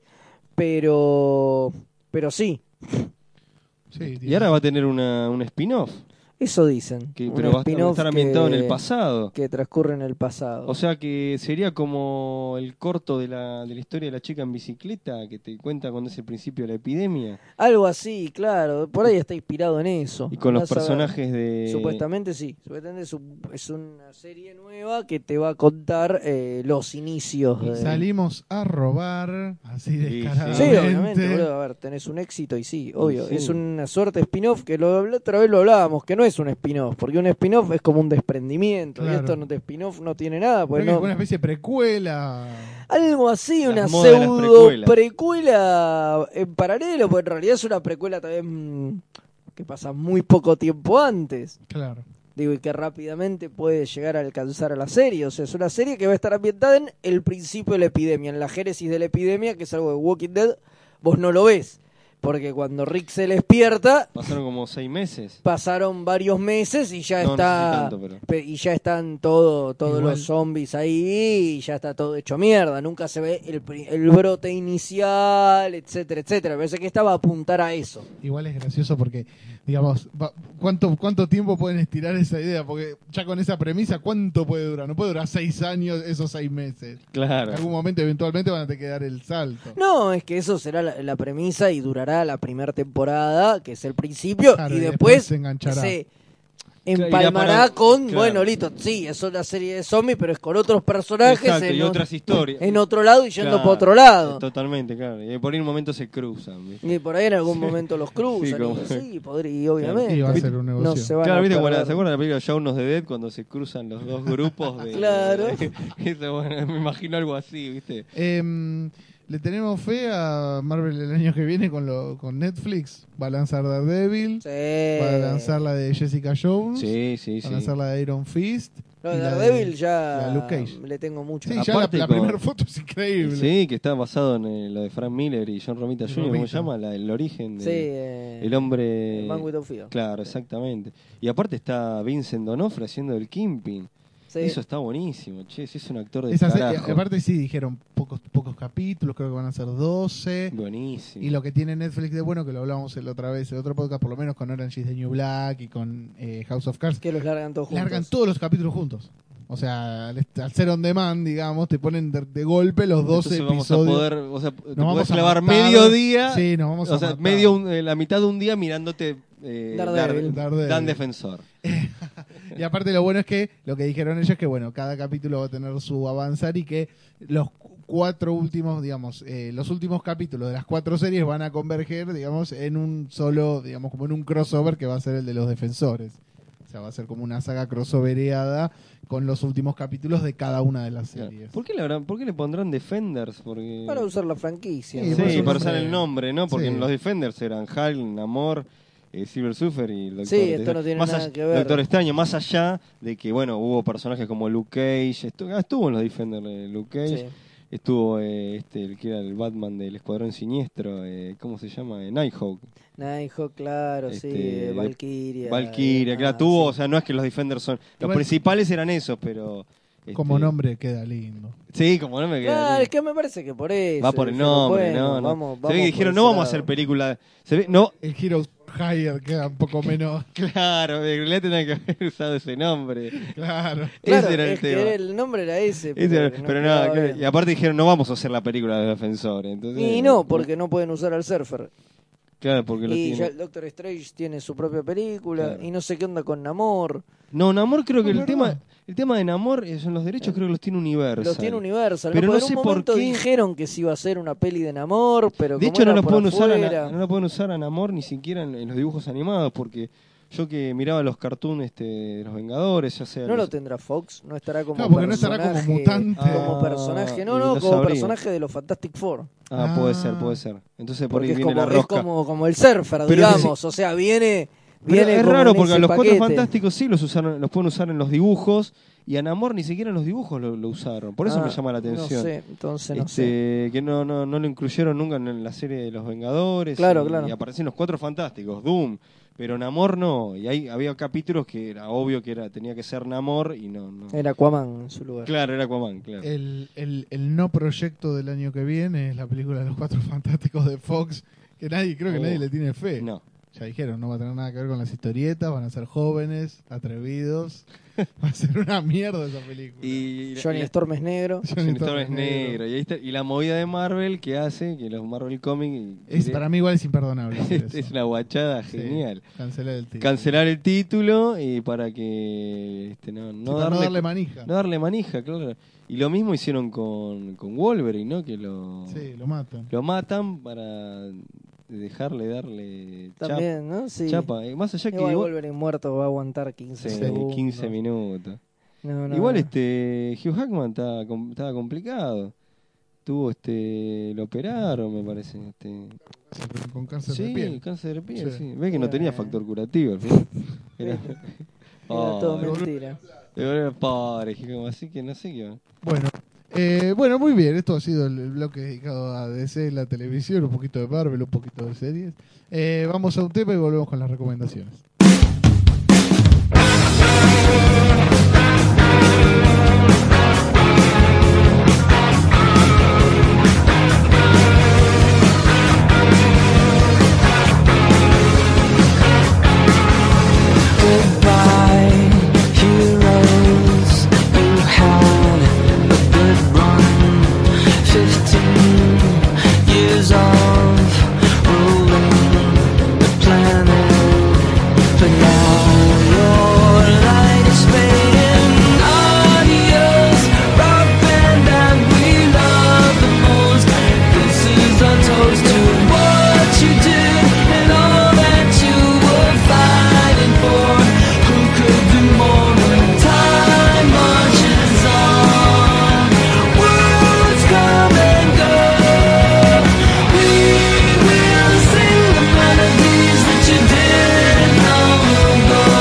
pero pero sí Sí, Y ahora va a tener una, un spin-off, eso dicen que- Un pero va a estar- va a spin-off estar ambientado en que- el pasado. que transcurre en el pasado O sea que sería como el corto de la, de la historia de la chica en bicicleta que te cuenta cuando es el principio de la epidemia Algo así, claro. Por ahí está inspirado en eso. y con los Andás a ver. personajes de Supuestamente sí. Supuestamente es, un- es una serie nueva que te va a contar eh, los inicios. De... Salimos a robar, así Sí, sí. Sí, descaradamente. obviamente, boludo. A ver, tenés un éxito y sí, obvio. sí. Es una suerte de spin-off que lo, la otra vez lo hablábamos, que no es un spin-off, porque un spin-off es como un desprendimiento. Y Claro. esto no, de spin-off no tiene nada, Creo pues que no- fue una especie de precuela. Algo así, Las una modas de las pseudo precuelas. precuela en paralelo, porque en realidad es una precuela también mm, que pasa muy poco tiempo antes. Claro. Digo, y que rápidamente puede llegar a alcanzar a la serie. O sea, es una serie que va a estar ambientada en el principio de la epidemia, en la génesis de la epidemia, que es algo de Walking Dead, vos no lo ves. Porque cuando Rick se le despierta, Pasaron como seis meses. pasaron varios meses y ya No, no sé está. tanto, pero- pe- Y ya están todo, todos Igual. los zombies ahí, y ya está todo hecho mierda. Nunca se ve el, pri- el brote inicial, etcétera, etcétera. Me parece que esta va a apuntar a eso. Igual es gracioso porque, digamos, va- ¿cuánto, ¿cuánto tiempo pueden estirar esa idea? Porque ya con esa premisa, ¿cuánto puede durar? No puede durar seis años esos seis meses. En Claro. algún momento, eventualmente, van a tener que dar el salto. No, es que eso será la, la premisa y durará la primera temporada, que es el principio, Claro, y y después, después se enganchará. se irá empalmará para- con, claro. bueno, listo, sí, es una serie de zombies, pero es con otros personajes Exacto, en, y o- otras historias. en otro lado y yendo Claro, eh, para otro lado. Totalmente, claro. Y por ahí en un momento se cruzan. ¿viste? Y por ahí en algún momento los cruzan, Sí, como- y, sí, podría, y obviamente. Y va a ¿viste? ser un negocio. no se van Claro, a ¿viste? Como la, perder. ¿Se acuerdan de la película Shaun of the Dead cuando se cruzan los dos grupos? De, Claro. eso, bueno, me imagino algo así, ¿viste? Em, le tenemos fe a Marvel el año que viene con, lo, con Netflix. Va a lanzar Daredevil. Sí. Va a lanzar la de Jessica Jones. Sí, sí, sí. Van a hacer la de Iron Fist. Lo y de la Daredevil la de ya Luke Cage. le tengo mucho. Sí, cariño. ya la, Aparte la con- primera foto es increíble. Sí, que está basado en eh, lo de Frank Miller y John Romita Jr., ¿cómo Romita. se llama? La- el origen de Sí, eh, el hombre... el Man Without Fear. Claro, Sí. exactamente. Y aparte está Vincent D'Onofrio haciendo el Kingpin. Sí. Eso está buenísimo, che, si es un actor de Esa serie- carajo. aparte sí, dijeron pocos, pocos capítulos, creo que van a ser 12. Buenísimo. Y lo que tiene Netflix de bueno, que lo hablábamos el otra vez, el otro podcast, por lo menos con Orange is the New Black y con eh, House of Cards, que los largan todos juntos. largan todos los capítulos juntos. O sea, al, est- al ser on demand, digamos, te ponen de, de golpe los 12 Entonces vamos episodios. a poder, o sea, te Nos podés vamos a clavar matar. medio día, Sí, nos vamos o a sea, matar. medio un- eh, la mitad de un día mirándote eh, Daredevil. Dar- Daredevil. Dan Defensor. Y aparte lo bueno es que lo que dijeron ellos es que bueno, cada capítulo va a tener su avanzar y que los cu- cuatro últimos, digamos, eh, los últimos capítulos de las cuatro series van a converger, digamos, en un solo, digamos, como en un crossover que va a ser el de los defensores. O sea, va a ser como una saga crossovereada con los últimos capítulos de cada una de las Claro. series. ¿Por qué, le habrán- ¿Por qué le pondrán Defenders? Porque... Para usar la franquicia. Sí, ¿no? por su sí, para nombre. usar el nombre, ¿no? Porque Sí. en los Defenders eran Hulk, Namor, eh, Silver Surfer y el Doctor Sí, esto no tiene Más nada allá- que ver. Doctor Extraño, más allá de que, bueno, hubo personajes como Luke Cage, estu- ah, estuvo en los Defenders eh, Luke Cage, Sí. Estuvo eh, este, el que era el Batman del Escuadrón Siniestro, eh, ¿cómo se llama? Eh, Nighthawk. Nighthawk, claro, Este, sí, Valkyria. Valkyria, eh, claro, ah, tuvo, o sí. sea, no es que los Defenders son. Los Igual- principales eran esos, pero. este, Como nombre queda lindo. Sí, como nombre. queda Claro, lindo. es que me parece que por eso. Va por el dijeron, nombre, bueno, no, no. Vamos, se ve que vamos por dijeron, no ese vamos a lado". hacer película. Se ve, no, El Heroes Higher queda un poco menos. claro, en realidad tenían que haber usado ese nombre. Claro. Claro, ese era el es que tema. era el nombre era ese. Ese era- que pero no no, quedaba claro, bien. y aparte dijeron, no vamos a hacer la película de los defensores. Entonces, Y no, porque no pueden usar al surfer. Claro, porque Eh, lo Y tiene. ya el Doctor Strange tiene su propia película. Claro. Y no sé qué onda con Namor. No, Namor creo No, que el verdad. tema el tema de Namor eh, son los derechos, creo que los tiene Universal. Los tiene Universal. Pero Porque no en sé un por momento qué- dijeron que se iba a hacer una peli de Namor, pero De como hecho, no era lo, por pueden usar a Na- afuera- no lo pueden usar a Namor ni siquiera en, en los dibujos animados, porque yo que miraba los cartoons este, de los Vengadores, ya sea. No lo los- tendrá Fox, no estará como Claro, porque no estará personaje- como mutante. Como Ah, personaje, no, y no, no como sabría. personaje de los Fantastic Four. Ah, puede ser, Ah. puede ser. Entonces por ahí Porque es viene como, la es rosca. como, como el surfer, Pero digamos. O sea, viene. Pero viene es como raro en porque a ese los cuatro paquete. fantásticos sí los usaron, los pueden usar en los dibujos y a Namor ni siquiera en los dibujos lo, lo usaron. Por eso Ah, me llama la atención. No sé, entonces no sé. Este, Que no, no, no lo incluyeron nunca en la serie de los Vengadores. Claro, y, claro. y aparecen los cuatro fantásticos, Doom. Pero Namor no. Y ahí había capítulos que era obvio que era, tenía que ser Namor y no. no. Era Aquaman en su lugar. Claro, era Aquaman, claro. El, el- el no proyecto del año que viene es la película de los cuatro fantásticos de Fox, que nadie, creo que Oh. nadie le tiene fe. No. Ya dijeron, no va a tener nada que ver con las historietas, van a ser jóvenes, atrevidos. Va a ser una mierda esa película. Y, Johnny y- Storm es negro. Johnny Storm es negro. Y, ahí está- y la movida de Marvel que hace que los Marvel Comics. Es, para mí igual es imperdonable. hacer es, eso. una guachada Sí, genial. Cancelar el título. Cancelar el título y para que este, no, Sí, no, para darle, no darle manija. no darle manija, claro. Y lo mismo hicieron con, con Wolverine, ¿no? Que lo, Sí, lo matan. lo matan para dejarle darle chap- También, ¿no? Sí. chapa. Eh, Más allá que Igual igual- Wolverine muerto va a aguantar 15 sí, segundos. 15 minutos. No, no, Igual no. este Hugh Hackman estaba, com- estaba complicado. Tuvo este lo operaron, me parece, este. Con cáncer de Sí, piel. cáncer de piel, Sí. sí. Ve que no Mira, tenía eh. factor curativo al final. Era- Era todo Oh, mentira. era pobre, Hugh, así que no sé qué. va. Bueno, eh, bueno, muy bien. Esto ha sido el, el bloque dedicado a DC, la televisión, un poquito de Marvel, un poquito de series. Eh, vamos a un tema y volvemos con las recomendaciones. Goodbye, heroes who had a good run. Fifteen years of ruling the planet, but now your light is fading. Adios, rock band that we love the most. This is our toast to what you did and all that you were fighting for. Who could do more when time marches on? Worlds come and go. We will sing the melodies that you did long ago.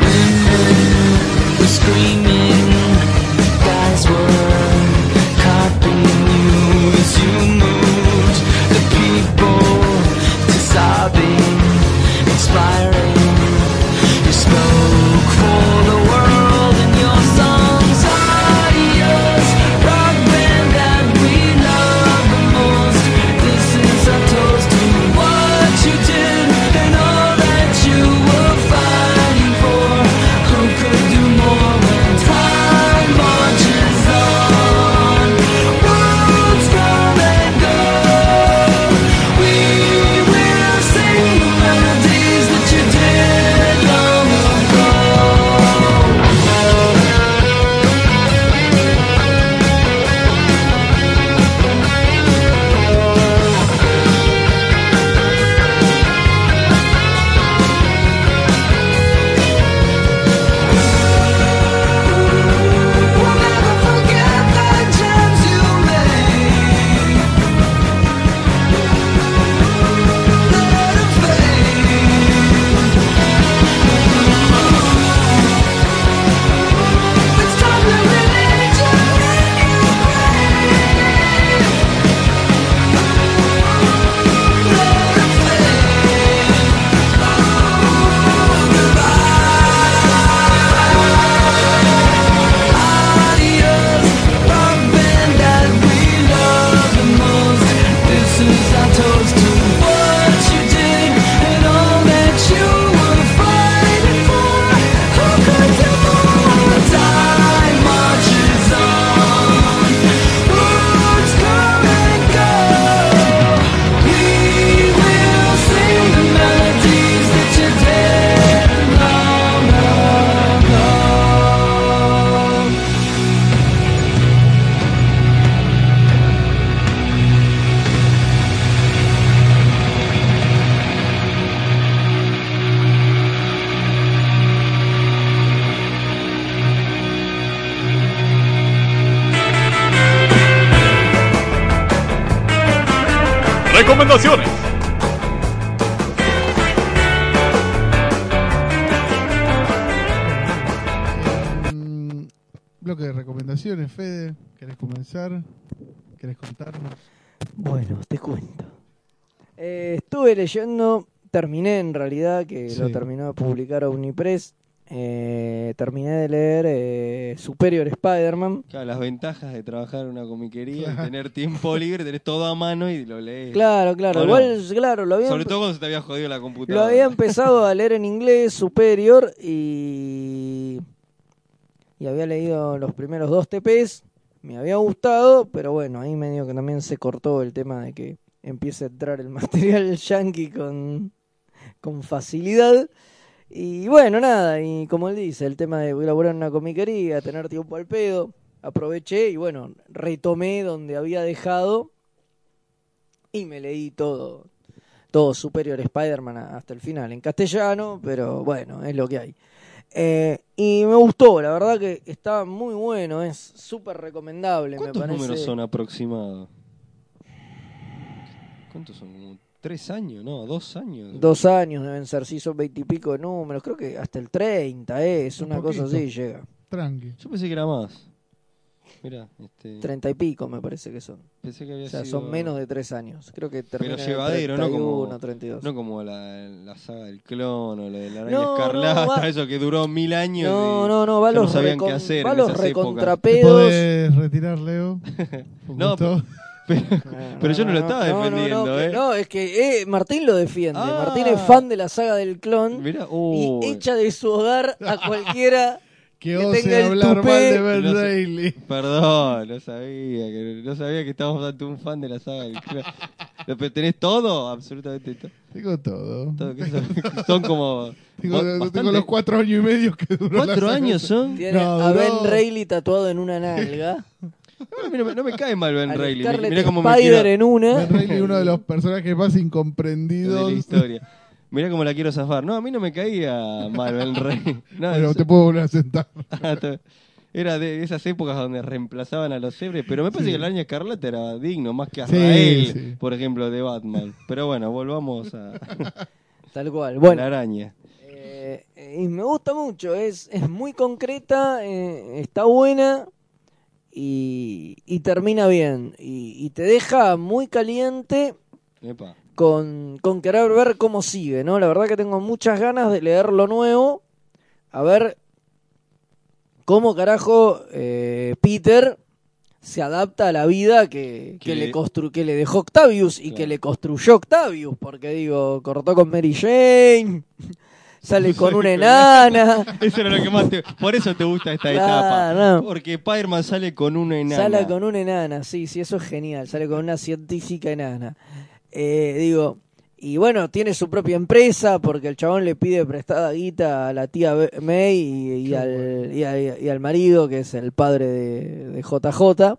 Women were screaming guys were copying you as you moved the people to sobbing, inspiring. You spoke for the world in your songs. Adios, rock band that we love the most. This is our toast to what you did and all that you were fighting for. Who could do more when time marches on? Worlds come and go. We will sing the melodies that you did. recomendaciones. Mm, bloque de recomendaciones, Fede. ¿Querés comenzar? ¿Querés contarnos? Bueno, te cuento. Eh, estuve leyendo, terminé en realidad, que lo Sí. terminó de publicar Omnipress. eh, terminé de leer eh, Superior Spider-Man. Claro, las ventajas de trabajar en una comiquería, y tener tiempo libre, tenés todo a mano y lo lees. Claro, claro, Bueno, igual, claro, lo había, Sobre empe- todo cuando se te había jodido la lo computadora. había empezado a leer en inglés, Superior, y, y había leído los primeros dos TPs. Me había gustado, pero bueno, ahí medio que también se cortó el tema de que empiece a entrar el material yankee con, con facilidad. Y bueno, nada, y como él dice, el tema de laburar en una comiquería, tener tiempo al pedo, aproveché y bueno, retomé donde había dejado y me leí todo, todo Superior Spider-Man a- hasta el final, en castellano, pero bueno, es lo que hay. Eh, y me gustó, la verdad que estaba muy bueno, es súper recomendable. me ¿Cuántos parece. números son aproximados? ¿Cuántos son? Como ¿Tres años? No, dos años. Dos años deben ser, sí, son veintipico de números, creo que hasta el 30 es, Un una cosa poquito. así llega. Tranqui. Yo pensé que era más. Mirá, este, Treinta y pico me parece que son. pensé que había O sea, sido- son menos de tres años. Creo que Pero termina en el llevadero, ¿no? 31, Como- 32. No como la, la saga del clon o la de la araña No, no, escarlata, va- eso que duró mil años. No, y no, no, va a ya los, sabían recon- qué hacer va a en los esas épocas. ¿Te recontrapedos. podés retirar, Leo? Un No, gusto. Pero, No, pero no, yo no lo no, estaba no, no, defendiendo, no, que- ¿eh? No, es que eh, Martín lo defiende. Ah. Martín es fan de la saga del clon Mirá, y oh, echa de su hogar a cualquiera. Que Que ose tenga el hablar tupé. mal de Ben No sé. Reilly. Perdón, no sabía, que, no sabía que estábamos ante un fan de la saga del clon. Pero ¿Tenés todo? Absolutamente todo. Tengo todo. todo, que son, son como... Tengo, ba- tengo bastante- los cuatro años y medio que duró la ¿Cuatro saga. años son? Tiene No, a bro. Ben Reilly tatuado en una nalga. No, a mí no, me- no me cae mal Ben al Reilly. Scarlet Mirá cómo me Spider quiero- en una. Ben Reilly, uno de los personajes más de incomprendidos. la historia. Mirá cómo la quiero zafar. No, a mí no me caía mal Ben Reilly. No, Pero es- te puedo volver a sentar. Ah, está- Era de esas épocas donde reemplazaban a los cebres, pero me parece que la araña escarlata era digno, más que a Sí, Rael, sí. por ejemplo, de Batman. Pero bueno, volvamos a, a Tal cual. Bueno, la araña. Eh, y me gusta mucho, es, es muy concreta, eh, está buena y, y termina bien. Y, y te deja muy caliente Epa. con, con querer ver cómo sigue, ¿no? La verdad que tengo muchas ganas de leer lo nuevo, a ver cómo carajo eh, Peter se adapta a la vida que, que Que le le- constru- que le dejó Octavius y que Claro. le construyó Octavius, porque digo, cortó con Mary Jane, sale con una enana. Eso era lo que más te... Por eso te gusta esta etapa. Claro, no. Porque Spider-Man sale con una enana. Sale con una enana, sí, sí, eso es genial. Sale con una científica enana. Eh, digo, y bueno, tiene su propia empresa porque el chabón le pide prestada guita a la tía Be- May y, y Qué al, y, a- y al marido, que es el padre de, de JJ.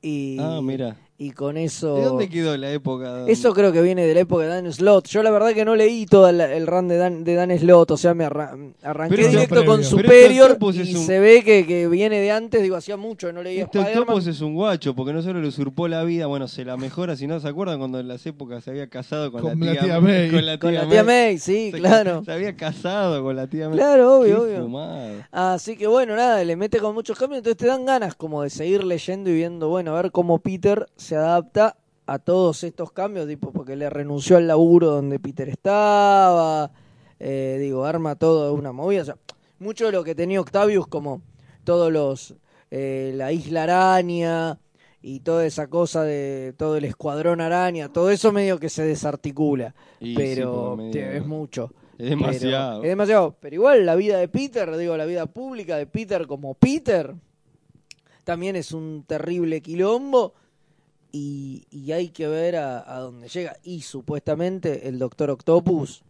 Y, Ah, mira. y con eso... ¿De dónde quedó la época? donde- Eso creo que viene de la época de Dan Slot. Yo la verdad que no leí todo el, el run de Dan, de Dan Slot, o sea, me arra- arranqué Pero directo no previo. con Pero Superior Octopus y es un- se ve que, que viene de antes, digo, hacía mucho, no leía Este Spider-Man. Octopus es un guacho, porque no solo le usurpó la vida, bueno, se la mejora, si no se acuerdan cuando en las épocas se había casado con, Con la, la tía, tía May. Con la tía, Con la tía May, sí, Se- claro. Se había casado con la tía May. Claro, obvio, Qué obvio. fumado. Así que bueno, nada, le mete con muchos cambios, entonces te dan ganas como de seguir leyendo y viendo, bueno, a ver cómo Peter se adapta a todos estos cambios, tipo, porque le renunció al laburo donde Peter estaba, eh, digo, arma todo una movida, o sea, mucho de lo que tenía Octavius como todos los, eh, la isla araña y toda esa cosa de todo el escuadrón araña, todo eso medio que se desarticula, Y sí, pero porque medio- te ves mucho. Es demasiado. Pero, es demasiado. Pero igual la vida de Peter, digo, la vida pública de Peter como Peter, también es un terrible quilombo. Y, y hay que ver a, a dónde llega. Y supuestamente el Doctor Octopus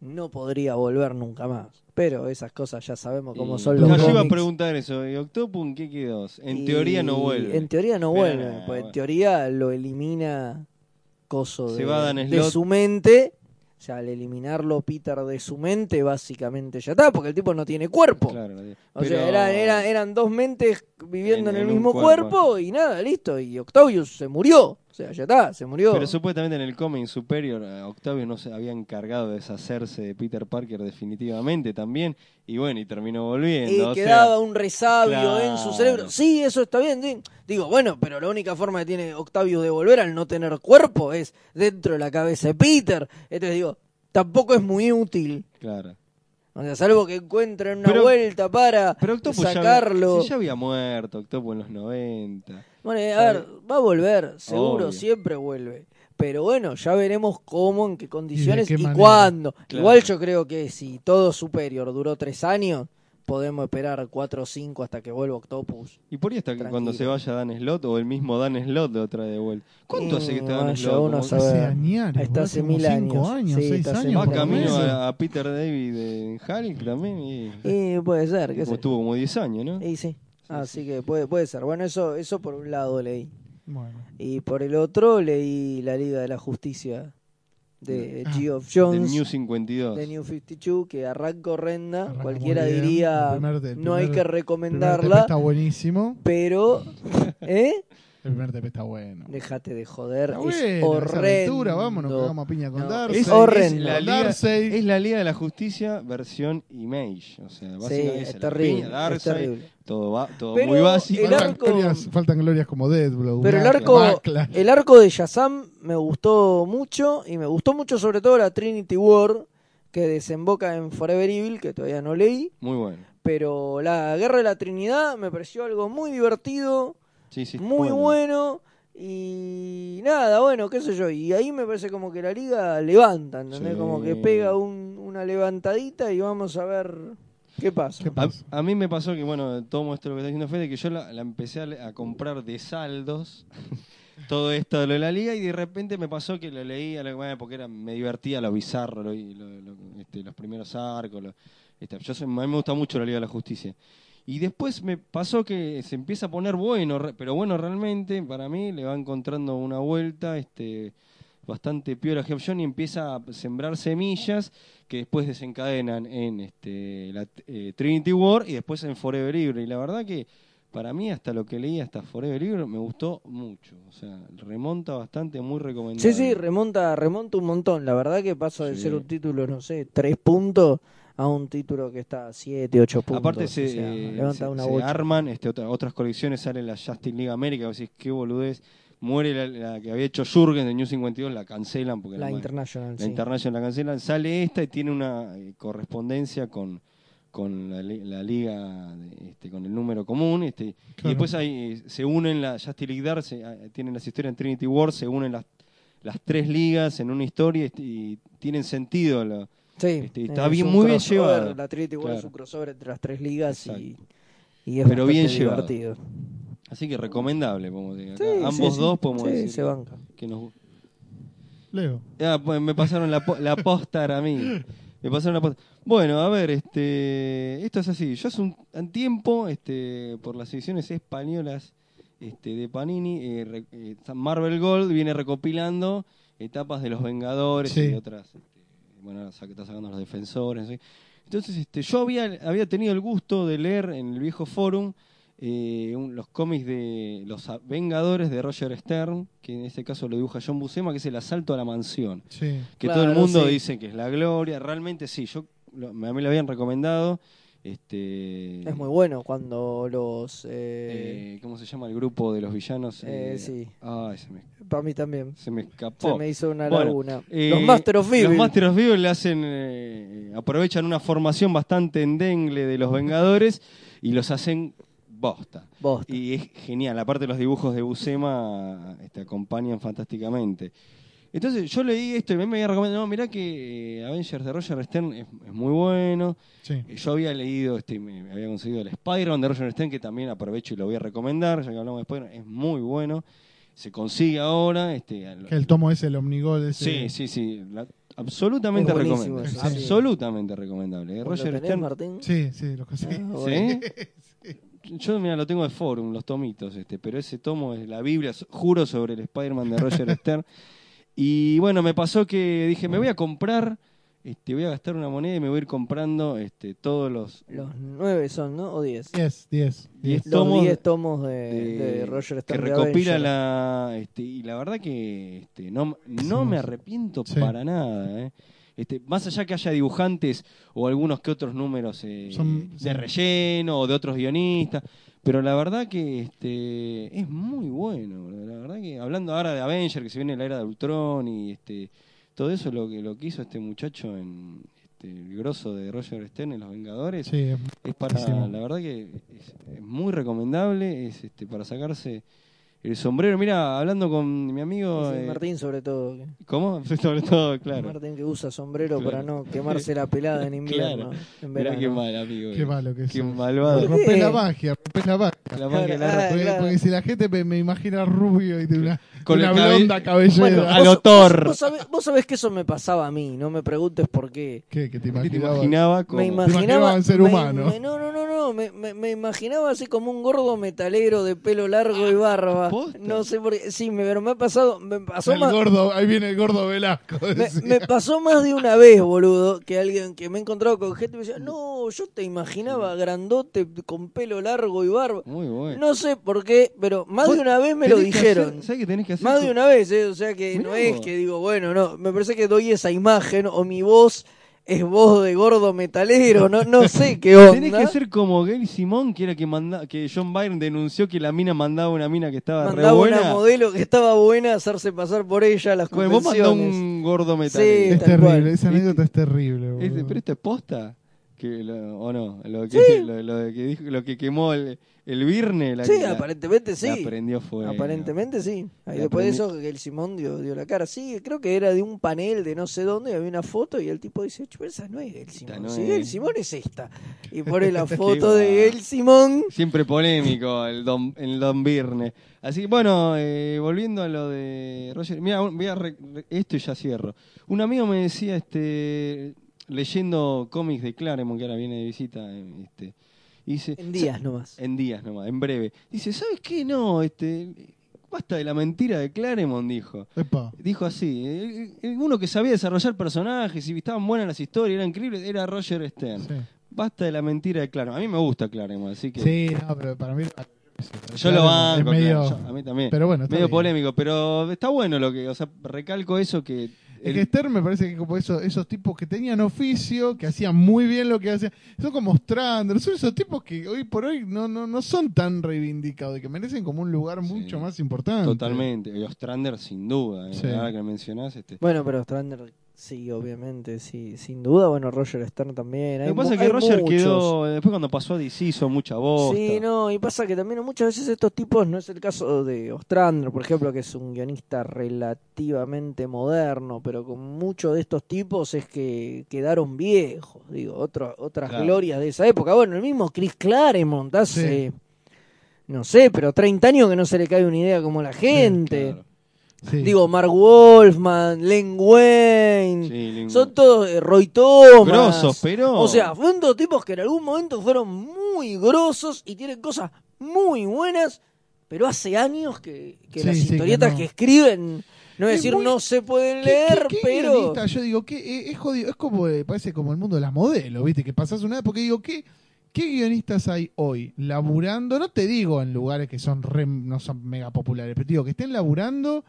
no podría volver nunca más. Pero esas cosas ya sabemos cómo Y- son los No, yo iba a cómics. preguntar eso. ¿Y Octopus en qué quedó? En Y- teoría no vuelve. En teoría no Pero vuelve. nada, pues, En bueno. teoría lo elimina Coso Se de, va Dan de Slott. su mente. O sea, al eliminarlo Peter de su mente, básicamente ya está, porque el tipo no tiene cuerpo. Claro, no- O pero- sea, era- era- eran dos mentes viviendo en, En- el en un mismo cuerpo. cuerpo. y nada, listo. Y Octavius se murió. O sea, ya está, se murió. Pero supuestamente en el Coming Superior, eh, Octavio no se había encargado de deshacerse de Peter Parker definitivamente también. Y bueno, y terminó volviendo. y o sea, Eh, quedaba un resabio claro. en su cerebro. Sí, eso está bien. di- Digo, bueno, pero la única forma que tiene Octavius de volver al no tener cuerpo es dentro de la cabeza de Peter. Entonces digo, tampoco es muy útil. Claro. O sea, salvo que encuentren una Pero- vuelta para Pero Octopus ya había- sacarlo. sí, ya había muerto, Octopus en los 90. Bueno, eh, a ver, va a volver, seguro, Obvio. siempre vuelve. Pero bueno, ya veremos cómo, en qué condiciones qué y, manera. cuándo. Claro. Igual yo creo que si todo superior duró tres años, podemos esperar cuatro o cinco hasta que vuelva Octopus. Y por ahí hasta que cuando Tranquilo. se vaya Dan Slot o el mismo Dan Slot lo trae de vuelta. ¿Cuánto Mm, hace que está Dan vaya Slot? uno a Como- saber. Hace ver. añares, Ahí está, boludo, hace como mil cinco años. años, Sí, seis está hace años. por mil Va lo camino años. menos. a, a Peter David en Hulk también. Y, Y puede ser, qué como sé. estuvo como 10 años, ¿no? Y ah, sí. Así que puede, puede ser. Bueno, eso, eso por un lado leí. Bueno. Y por el otro leí La Liga de la Justicia de Ah, Geoff Del Jones. New 52. de New 52 que arranca horrenda, Arranca cualquiera muy bien. diría El primer- el no primer- hay que El primer TP recomendarla, está buenísimo. pero ¿eh? El primer TP está bueno. Déjate de joder, Está es bueno, esa aventura, horrendo. vámonos, cagamos a piña con No, Darcy. es horrendo. la Con liga- Darcy. Es la Liga de la Justicia versión Image. O sea, Sí, básicamente es la terrible, piña, es Darkseid, terrible. Todo, va, todo Pero muy básico. el faltan, arco- glorias, faltan glorias como Deathblow. Pero el Backlash, arco, Backlash. el arco de Shazam me gustó mucho y me gustó mucho sobre todo la Trinity War que desemboca en Forever Evil que todavía no leí, Muy bueno. pero la Guerra de la Trinidad me pareció algo muy divertido. Sí, sí, muy bueno. y nada, bueno, qué sé yo, y ahí me parece como que la liga levanta, ¿entendés? Sí. Como que pega un- una levantadita y vamos a ver qué pasa. ¿Qué A, pasa? a mí me pasó que, bueno, tomo esto lo que está diciendo Fede, que yo la, la empecé a, le- a comprar de saldos, todo esto de lo de la liga, y de repente me pasó que lo leía, lo que- bueno, porque era, me divertía lo bizarro, lo- lo- lo- este, los primeros arcos. lo- este, yo soy- a mí me gusta mucho la Liga de la Justicia. Y después me pasó que se empieza a poner bueno, re- pero bueno, realmente para mí le va encontrando una vuelta este bastante piola a Geoff John y empieza a sembrar semillas que después desencadenan en este la eh, Trinity War y después en Forever Libre. Y la verdad que para mí hasta lo que leí hasta Forever Libre me gustó mucho. O sea, remonta bastante, muy recomendable. Sí, sí, remonta, remonta un montón. La verdad que pasa de Sí. ser un título, no sé, tres puntos a un título que está a siete, ocho puntos. Aparte se, O sea, eh, levanta se- una se bocha. arman este, otra- otras colecciones, sale la Justin League América, vos decís, qué boludez. Muere la, la que había hecho Jürgen de New 52, la cancelan porque La no- International, la sí. International la cancelan. Sale esta y tiene una eh, correspondencia con, con la, li- la liga, de- este, con el número común. Este, Y Claro. después ahí eh, se unen, la Justice League Dark, se, eh, tienen las historias en Trinity War, se unen las, las tres ligas en una historia este, y tienen sentido. lo- Sí, este, está es bien- un muy bien crossover, llevado. La Trinity War es Claro. un crossover entre las tres ligas y, Exacto. y es Pero bien bastante llevado. divertido. Así que recomendable, podemos decir. acá. Sí, sí, Ambos sí. dos podemos Sí, decir se banca. que nos- Leo. Ah, pues me pasaron la, po- la póster a mí. Me pasaron la póster. Bueno, a ver, este, esto es así. Yo hace un un tiempo, este, por las ediciones españolas este, de Panini, eh, re- eh, Marvel Gold viene recopilando etapas de los Vengadores Sí. y otras. este, bueno, ahora sa- está sacando los Defensores. ¿sí? Entonces, este, yo había, había tenido el gusto de leer en el viejo forum eh, un- los cómics de los a- Vengadores de Roger Stern, que en este caso lo dibuja John Buscema, que es el asalto a la mansión Sí. que Claro, todo el mundo sí. dice que es la gloria. Realmente sí, yo lo- a mí lo habían recomendado. Este, Es muy bueno cuando los. Eh, eh, ¿Cómo se llama el grupo de los villanos? Eh, sí. Ay, se me, para mí también. se me escapó. Se me hizo una Bueno, laguna. Eh, los Master of Evil. Los Master of Evil le hacen, eh, aprovechan una formación bastante endengle de los Vengadores y los hacen bosta. Bosta. Y es genial, aparte los dibujos de Buscema este, acompañan fantásticamente. Entonces yo leí esto y me había recomendado, no, mirá que eh, Avengers de Roger Stern es, es muy bueno. Sí. Eh, Yo había leído, este, me me había conseguido el Spider-Man de Roger Stern, que también aprovecho y lo voy a recomendar, ya que hablamos de Spider-Man, es muy bueno. Se consigue ahora. Este, al- Que el tomo es el Omnigol. Sí, Ese. sí, sí. la- absolutamente Es buenísimo recomendable. eso, sí. Absolutamente recomendable. Eh, ¿Vos lo Roger tenés, Stern. Martín? Sí, sí, lo conseguí. Ah, bueno. ¿Sí? Yo, mira, lo tengo de forum, los tomitos, este, pero ese tomo es la Biblia, so- juro, sobre el Spider-Man de Roger Stern. Y bueno, me pasó que dije, me voy a comprar este, voy a gastar una moneda y me voy a ir comprando este, todos los Los nueve son, ¿no? O diez. 10, 10. 10 Los tomos diez tomos de, de- de Roger Eh, que Stern. de recopila Avengers. la este, y la verdad que este, no, no me arrepiento Sí. para nada eh. Este, más allá que haya dibujantes o algunos que otros números eh, Son- de sí. relleno o de otros guionistas pero la verdad que este, es muy bueno boludo. la verdad que hablando ahora de Avenger que se viene la era de Ultron y este todo eso lo que lo que hizo este muchacho en este, el grosso de Roger Stern en los Vengadores Sí, es- es para, Buenísimo. la verdad que es, es muy recomendable, es este para sacarse el sombrero. Mira, hablando con mi amigo Dice eh, Martín, sobre todo. que- ¿Cómo? Sobre todo, claro. Martín que usa sombrero Claro. para no quemarse la pelada en invierno. Claro. En Mirá verano. qué mal, amigo. qué malo que es. Qué malvado. ¿Por Rompes qué? la magia, rompes la magia. La más que la Ah, Porque, claro. porque si la gente me, me imagina rubio y de una, Con una el cabe- blonda cabellera. Bueno, al vos- otor. Vos, sabés, vos sabés que eso me pasaba a mí, no me preguntes por qué. ¿Qué? que te ropa- te imaginabas? imaginaba como Me imaginaba imaginaba un ser me- humano. me- no, no, no, no, me, me- me imaginaba así como un gordo metalero de pelo largo y barba. ¿Posta? No sé por qué, sí, me, pero me ha pasado, me pasó El más, gordo, ahí viene el gordo Velasco. me, decía. me pasó más de una vez, boludo, que alguien que me he encontrado con gente me decía, no, yo te imaginaba grandote con pelo largo y barba. muy bueno. No sé por qué, pero más de una vez me lo Tenés que dijeron. hacer- ¿Sabés qué tenés que hacer? Más de una vez, ¿eh? o sea que Mirá no es vos. que digo, bueno, no, me parece que doy esa imagen o mi voz es voz de gordo metalero, no, no sé qué onda. Tenés que ser como Gail Simón, que era que manda, que John Byrne denunció que la mina mandaba una mina que estaba Mandaba re una buena. modelo que estaba buena a hacerse pasar por ella a las Bueno, vos mandás convenciones. un gordo metal. Sí, es tal cual. terrible, esa ¿Viste? anécdota es terrible. boludo. Mm. Este, pero esto es posta. Que lo- ¿O no? Lo que, lo, lo que dijo, lo que quemó el, el Virne. La, Sí, la- aparentemente sí. La prendió fuego. Aparentemente sí. Ahí La después de prendi- eso que el Simón dio, dio la cara. Sí, creo que era de un panel de no sé dónde y había una foto y el tipo dice, "Chu, esa no es el Simón. no sí, es". el Simón es esta. Y pone la Qué foto de guapo. el Simón. Siempre polémico el Don, el don Virne. Así que bueno, eh, volviendo a lo de Roger. Mira, voy a re- re- esto y ya cierro. Un amigo me decía, este leyendo cómics de Claremont, que ahora viene de visita, eh, este, y dice, En días nomás. En días nomás, en breve. Dice, ¿sabes qué? No, este, basta de la mentira de Claremont, dijo. Epa. Dijo así, el- el- uno que sabía desarrollar personajes y estaban buenas las historias, era increíble, era Roger Stern. Sí. Basta de la mentira de Claremont. A mí me gusta Claremont, así que Sí, no, pero para mí. yo lo banco. Es medio- Claremont, yo- a mí también. Pero bueno, está medio bien. polémico, pero está bueno lo que, o sea, recalco eso que... Es el- que Stern me parece que como eso- esos tipos que tenían oficio, que hacían muy bien lo que hacían, son como Strander, son esos tipos que hoy por hoy no, no, no son tan reivindicados y que merecen como un lugar Sí. mucho más importante. Totalmente. Y Ostrander, sin duda, eh, Sí. ahora que mencionás. Este. Bueno, pero Strander sí, obviamente, sí, sin duda. Bueno, Roger Stern también. Lo Hay que pasa mu- es que hay Roger muchos. quedó, después cuando pasó a DC hizo mucha voz. Sí, no, y pasa que también muchas veces estos tipos, no es el caso de Ostrander, por ejemplo, que es un guionista relativamente moderno, pero con muchos de estos tipos es que quedaron viejos, digo, otro- otras Claro. glorias de esa época. Bueno, el mismo Chris Claremont hace, no sé, pero 30 años que no se le cae una idea como la gente. claro. Sí. Digo, Mark Wolfman, Len Wayne, Sí, lindo. son todos eh, Roy Thomas. grosos, pero. O sea, fueron dos tipos que en algún momento fueron muy grosos y tienen cosas muy buenas, pero hace años que, que Sí, las sí, que historietas que, no. escriben, no es Es decir muy- no se pueden ¿Qué- leer, qué- qué pero... guionista? Yo digo, que eh, es jodido, es como, eh, parece como el mundo de las modelos, ¿viste? Que pasás una porque digo, ¿qué, ¿qué guionistas hay hoy laburando? No te digo en lugares que son re- no son mega populares, pero te digo, que estén laburando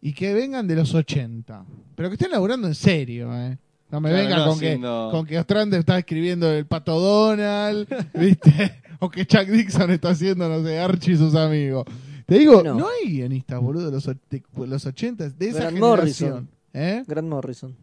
y que vengan de los 80. Pero que estén laburando en serio, ¿eh? No me Claro, vengan no con, haciendo- que, con que Ostrander está escribiendo el Pato Donald, ¿viste? o que Chuck Dixon está haciendo, no sé, Archie y sus amigos. Te digo, No. no, hay guionistas, boludo, de los, och- de los 80 de esa Grant generación. Morrison. ¿Eh? Grant Morrison.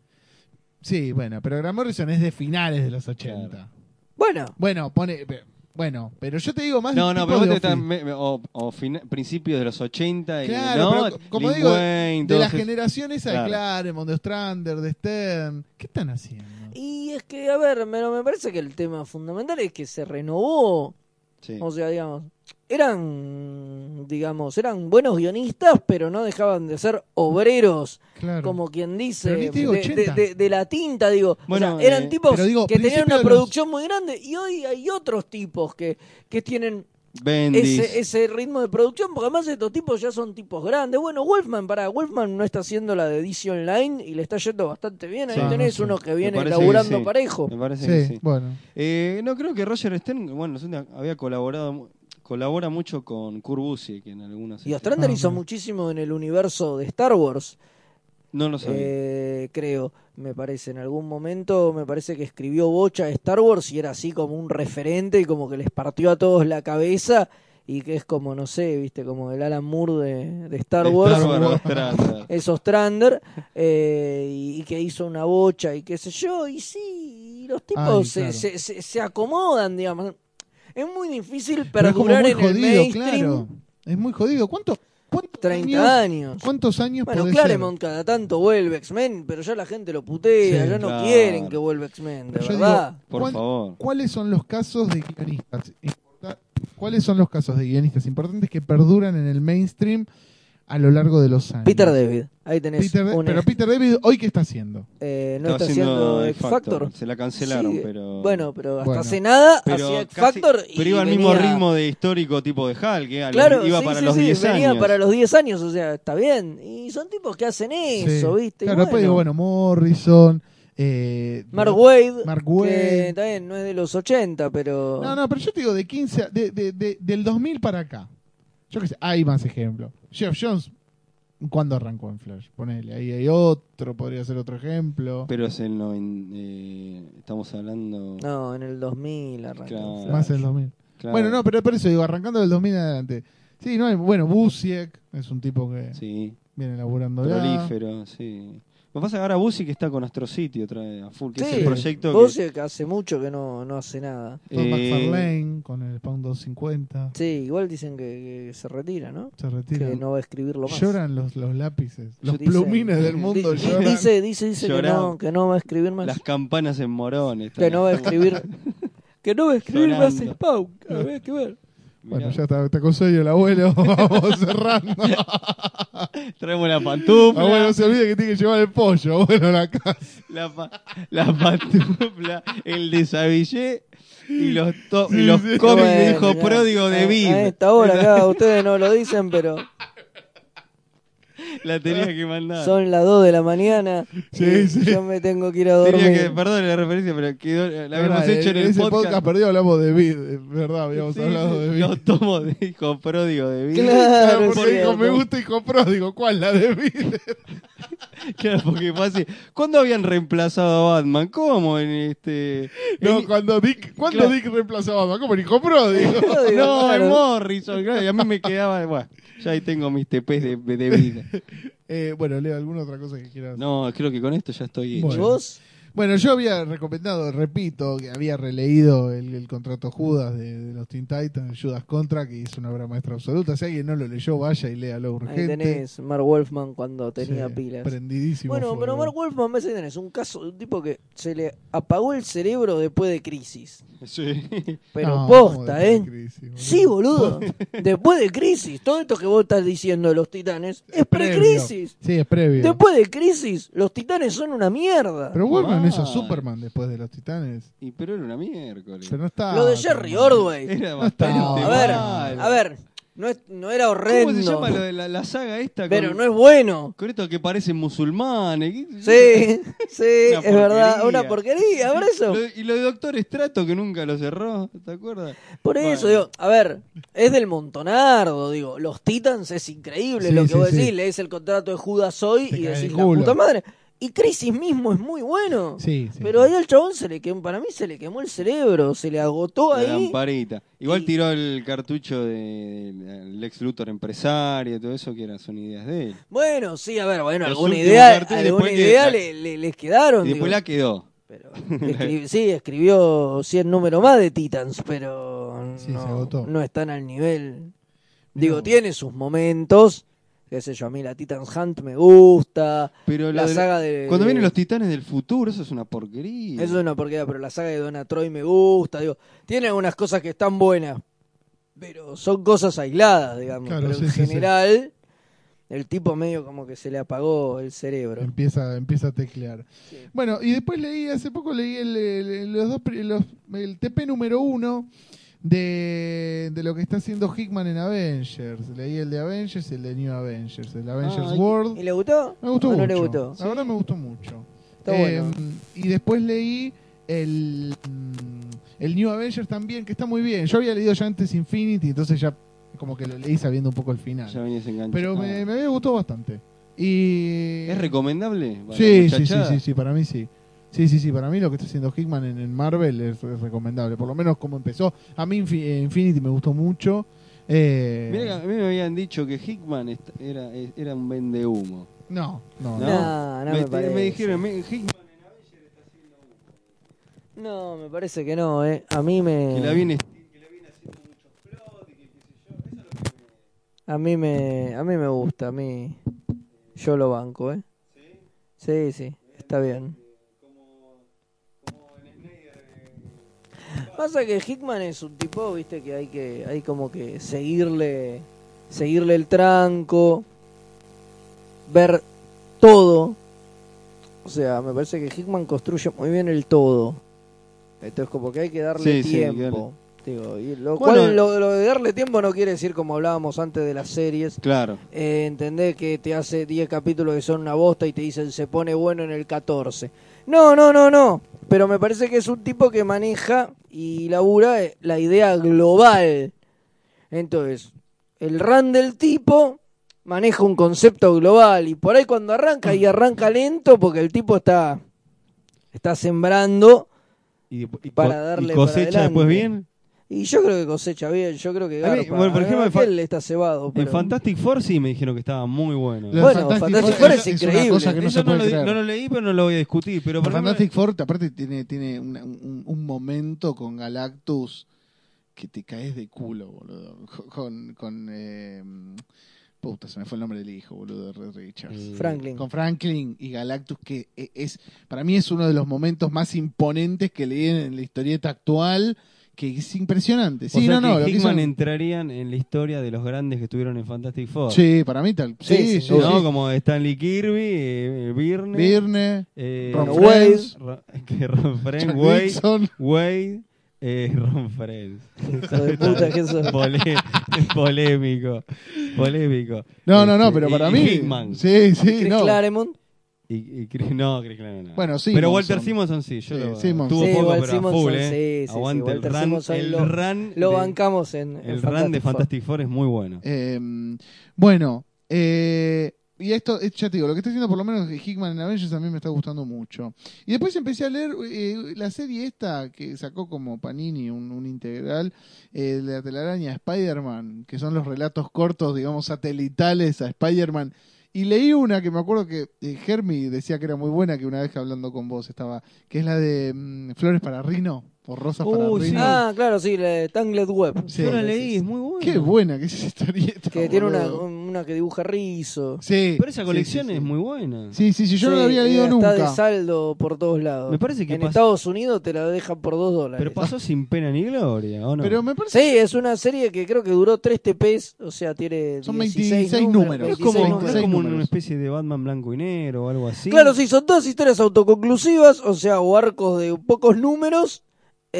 Sí, bueno, pero Grant Morrison es de finales de los 80. Claro. Bueno, Bueno, pone. pe- Bueno, pero yo te digo más. No, del no, tipo pero vos de te estás. ofi- me- me- o o fina- principios de los 80. y- Claro, ¿no? pero co- como Lin digo, Wayne, De la todos esos- generación esa Claro. de Claremont, de Ostrander, de Stern. ¿Qué están haciendo? y es que, a ver, pero me parece que el tema fundamental es que se renovó. Sí. O sea, digamos, eran, digamos, eran buenos guionistas, pero no dejaban de ser obreros. Claro. como quien dice, Pero ni te digo de, 80. de- de- de la tinta, digo. Bueno, O sea, eran eh, tipos pero digo, que tenían principio una de los- producción muy grande y hoy hay otros tipos que, que tienen Bendis. ese, ese ritmo de producción, porque además estos tipos ya son tipos grandes. Bueno, Wolfman, para Wolfman no está haciendo la de DC Online y le está yendo bastante bien. Ahí Sí, tenés sí. unos que Me vienen parece que laburando sí. parejo. Me parece que Sí, sí. bueno. Eh, no, creo que Roger Stern, bueno, nosotros había colaborado, mu- colabora mucho con Kurt Busiek en algunas. Y este, Ostrander Ah, hizo mira. muchísimo en el universo de Star Wars, No lo sabía. eh, creo, me parece. En algún momento me parece que escribió Bocha de Star Wars y era así como un referente y como que les partió a todos la cabeza y que es como, no sé, viste, como el Alan Moore de, de Star De Wars. Star Wars, trata. es Ostrander eh, y, y que hizo una bocha y qué sé yo, y sí, y los tipos Ay, se, claro. se- se- se acomodan, digamos. Es muy difícil Pero es como perdurar muy en el jodido, mainstream claro. Es muy jodido. ¿Cuántos, cuántos 30 años? años. ¿Cuántos años Bueno, podés Claremont cada tanto vuelve X-Men, pero ya la gente lo putea, Sí, ya no claro. quieren que vuelva X-Men, de ser? Yo digo, verdad. Por ¿cuán- favor. ¿Cuáles son los casos de guionistas? importa- ¿Cuáles son los casos de guionistas importantes que perduran en el mainstream a lo largo de los años? Peter David, ahí tenés Peter Da- un pero ex- Peter David, ¿hoy qué está haciendo? eh, no Estaba está haciendo el X Factor. Se la cancelaron, Sigue. pero. Bueno, pero hasta Bueno. hace nada pero hacía X casi- Factor y pero iba al mismo venía- ritmo de histórico tipo de Hulk, que a los- Claro, iba sí, para sí, los sí, 10 venía años. para los 10 años, o sea, está bien. Y son tipos que hacen eso, Sí. ¿viste? Y Claro, después digo, bueno, Morrison, eh, Mark Wade, Mark que Wade. está bien, no es de los 80, pero... No, no, pero yo te digo de 15, a- de, de- de- del 2000 para acá. Yo qué sé, hay más ejemplos. Jeff Jones, ¿cuándo arrancó en Flash? Ponele, ahí hay otro, podría ser otro ejemplo. Pero es el. noven- eh, estamos hablando. No, en el 2000 arrancó. Claro. Flash. más del 2000. Claro. Bueno, no, pero por eso digo, arrancando del 2000 en adelante. Sí, no hay, bueno, Busiek es un tipo que Sí, viene laburando ya. prolífero, sí. Lo que pasa es que ahora Busi que está con Astrocity otra vez a full, que es Sí, el proyecto que- Bosek hace mucho que no, no hace nada. Todd eh, McFarlane con el Spawn 250. Sí, igual dicen que, que se retira, ¿no? Se retira. Que no va a escribirlo más. lloran los, los lápices. Los Dicen- plumines del mundo Di- lloran. Dice, dice, dice que, Lloran. no, que no va a escribir más. Las campanas en morones. Que no va a escribir... que no va a escribir más Llorando. Spawn. Habría que ver. bueno, ya está, está con sueño el abuelo. Vamos cerrando. Traemos la pantufla. abuelo, se olvide que tiene que llevar el pollo. Abuelo, a la casa. la, pa- la pantufla, el desabillé y los, to- y los Sí, sí. cómics de Bueno, hijo ya. pródigo de A- Bim. A esta hora acá ustedes no lo dicen, pero La tenía que mandar. son las 2 de la mañana. Ah. Sí, y sí. Yo me tengo que ir a dormir. Tenía que, perdón la referencia, pero quedó, la habíamos Verdad, hecho en el eh, ese podcast. perdido hablamos de Vid. es Verdad, habíamos Sí, hablado sí, de Vid. Los tomos de hijo pródigo de Bim. Claro, Claro, es porque dijo, cierto. me gusta hijo pródigo. ¿Cuál? La de Vid. Claro, porque fue así. ¿Cuándo habían reemplazado a Batman? ¿Cómo? En este. No, en- cuando Dick, cuando Claro. Dick reemplazaba a Batman, como hijo pródigo. Digo, no, claro. en Morrison, claro, y a mí me quedaba, bueno, ya ahí tengo mis TPs de, de vida. Eh, bueno, Leo, ¿alguna otra cosa que quieras? No, creo que con esto ya estoy hecho. ¿Y Bueno. vos? Bueno, yo había recomendado, repito, que había releído el, el contrato Judas de, de los Teen Titans, Judas Contra, que es una obra maestra absoluta. Si alguien no lo leyó, vaya y léalo Ahí urgente. tenés Mark Wolfman cuando tenía Sí, pilas. Prendidísimo. Bueno, fuego. pero Mark Wolfman, me tenés un caso de un tipo que se le apagó el cerebro después de crisis. Sí. Pero No, ¿cómo posta, de ¿eh? crisis, boludo? Sí, boludo. Después de crisis. Todo esto que vos estás diciendo de los titanes es Previo. pre-crisis. Sí, es previo. Después de crisis, los titanes son una mierda. Pero Wolfman Ah. hizo Superman después de los Titanes. Y pero era una miércoles. Pero no está. Lo de Jerry Superman. Ordway. Era bastante está. A ver, mal. a ver, no, es- no era ¿Cómo se horrendo, llama lo de la, la saga esta? Con, pero no es bueno. con esto que parecen musulmanes. ¿qué- Sí, sí, Una es verdad, porquería. una porquería, por eso. Lo de- y lo de Doctor Estrato que nunca lo cerró, ¿te acuerdas? Por eso, Bueno. digo, a ver, es del Montonardo, digo, los Titans es increíble Sí, lo que sí, vos sí. decís, lees el contrato de Judas hoy Te y cae decís el la culo". puta madre. Y Crisis mismo es muy bueno. Sí, sí. Pero ahí al chabón se le quemó, para mí se le quemó el cerebro, se le agotó La ahí. lamparita. Igual Y- tiró el cartucho de- del ex Luthor empresario, todo eso que eran son ideas de él. Bueno, sí, a ver, bueno, Los alguna últimos idea, carteles alguna después que- idea le- le- les quedaron. Y después digo. la quedó. Pero escri- sí, escribió 100 números más de Titans, pero Sí, se no, agotó. no están al nivel. Digo, No. tiene sus momentos. Qué sé yo, a mí la Titans Hunt me gusta. Pero La lo de- saga de- Cuando vienen de- los titanes del futuro, eso es una porquería. Eso es una porquería, pero la saga de Donna Troy me gusta. Digo, tiene algunas cosas que están buenas, pero son cosas aisladas, digamos. Claro, pero sí, en sí, sí. general, el tipo medio como que se le apagó el cerebro. Empieza, empieza a teclear. Bueno, y después leí, hace poco leí el, el- el- los dos, pri- los- el TP número uno de, de lo que está haciendo Hickman en Avengers. Leí el de Avengers y el de New Avengers, el Avengers Ah, y- World. ¿Y le gustó? Me gustó ¿O mucho. no le gustó? La verdad me gustó mucho. Em, Está bueno. Y después leí el, mm, el New Avengers también, que está muy bien. Yo había leído ya antes Infinity, entonces ya como que lo leí sabiendo un poco el final. Ya venías enganchado. Pero me, Ah. me había gustado bastante. Y... ¿Es recomendable? para Sí, la sí, sí, muchachada? sí, sí, para mí sí. Sí, sí, sí, para mí lo que está haciendo Hickman en, en Marvel es, es recomendable. Por lo menos como empezó. A mí Infi- eh, Infinity me gustó mucho. Eh, Mirá que a mí me habían dicho que Hickman est- era, era un vende humo. no, no, no. No. Ah, No, no me me, parece. dijeron, me- Hickman, No, me parece que no, ¿eh? A mí me... que la viene. A mí me, a mí me gusta, a mí yo lo banco, ¿eh? Sí, sí, está bien. Pasa que Hickman es un tipo, viste, que hay que, hay como que seguirle, seguirle el tranco, ver todo. O sea, me parece que Hickman construye muy bien el todo. Entonces como que hay que darle Sí, sí, hay que tiempo. Digo, y lo Bueno, cual lo, lo de darle tiempo no quiere decir como hablábamos antes de las series. Claro. Eh, entendés que te hace 10 capítulos que son una bosta y te dicen se pone bueno en el 14. No, no, no, no. Pero me parece que es un tipo que maneja y labura eh, la idea global. Entonces, el run del tipo maneja un concepto global y por ahí cuando arranca y arranca lento porque el tipo está está sembrando Y, Para co- y darle para cosecha cosecha después después adelante. bien. bien. y yo creo que cosecha bien, yo creo que A mí, garpa. bueno, por ejemplo, en Fa- Aquel está cebado, En pero- Fantastic Four sí me dijeron que estaba muy bueno. Lo de Bueno, Fantastic Four es una increíble. cosa que no Eso se no puede lo, di- creer. no lo leí, pero no lo voy a discutir. Pero por ejemplo, Fantastic Four, aparte, tiene, tiene una- un, un momento con Galactus que te caes de culo, boludo. Con. con eh, puta, se me fue el nombre del hijo, boludo, de Red Richards. Franklin. Con Franklin y Galactus, que e- es. Para mí es uno de los momentos más imponentes que leí en la historieta actual, que es impresionante. o Sí, sea no, no. que lo que Hickman hizo- entrarían en la historia de los grandes que estuvieron en Fantastic Four. Sí, para mí tal. Sí, Sí, sí, sin sí. ¿No? sí. Como Stanley Kirby, eh, eh, Byrne, Byrne, eh, Ron Ron Wade, Welles, Ro- que Ron Friend, Jack Wade, Dixon. Wade, eh, Ron Friend. Hijo de puta que sos. Polé- polémico, polémico. No, no, no, Este, pero y- para y mí. Hickman. Sí, sí, Chris no. Claremont. Y, y Chris- no, Chris Claremont no. Bueno, Pero Simonson. Walter Simonson sí, yo Sí, lo Simonson. tuvo Sí, poco, igual pero a Simonson, full, eh. sí, sí, sí, Aguante el Walter run, Simonson el lo- run Lo de- bancamos en, en el run de Four. Fantastic Four es muy bueno. Eh, bueno, eh, y esto, eh, ya te digo, lo que está haciendo por lo menos Hickman en Avengers también me está gustando mucho. Y después empecé a leer eh, la serie esta que sacó como Panini, un, un integral, eh, de la telaraña Spider-Man, que son los relatos cortos, digamos, satelitales a Spider-Man. Y leí una que me acuerdo que eh, Hermi decía que era muy buena, que una vez que hablando con vos estaba, que es la de mm, Flores para Rino, o Rosas para Uy, sí. Rino. Ah, claro, sí, la de Tangled Web. Sí. yo la leí, es muy bueno. Qué buena que es esa historieta. Que tiene una, boludo. una que dibuja rizo. Sí. Pero esa sí, colección sí, sí. es muy buena. Sí, sí, sí, yo no Sí, eh, lo había leído está nunca. de saldo por todos lados. Me parece que en pas- Estados Unidos te la dejan por dos dólares. Pero pasó sin pena ni gloria, ¿o no? Pero me parece. Sí, es una serie que creo que duró 3 TPs, o sea, tiene Son 16 26 números. ¿No es 26 como, no es números. 26 como una números. especie de Batman blanco y negro o algo así. Claro, sí, son todas historias autoconclusivas, o sea, o arcos de pocos números,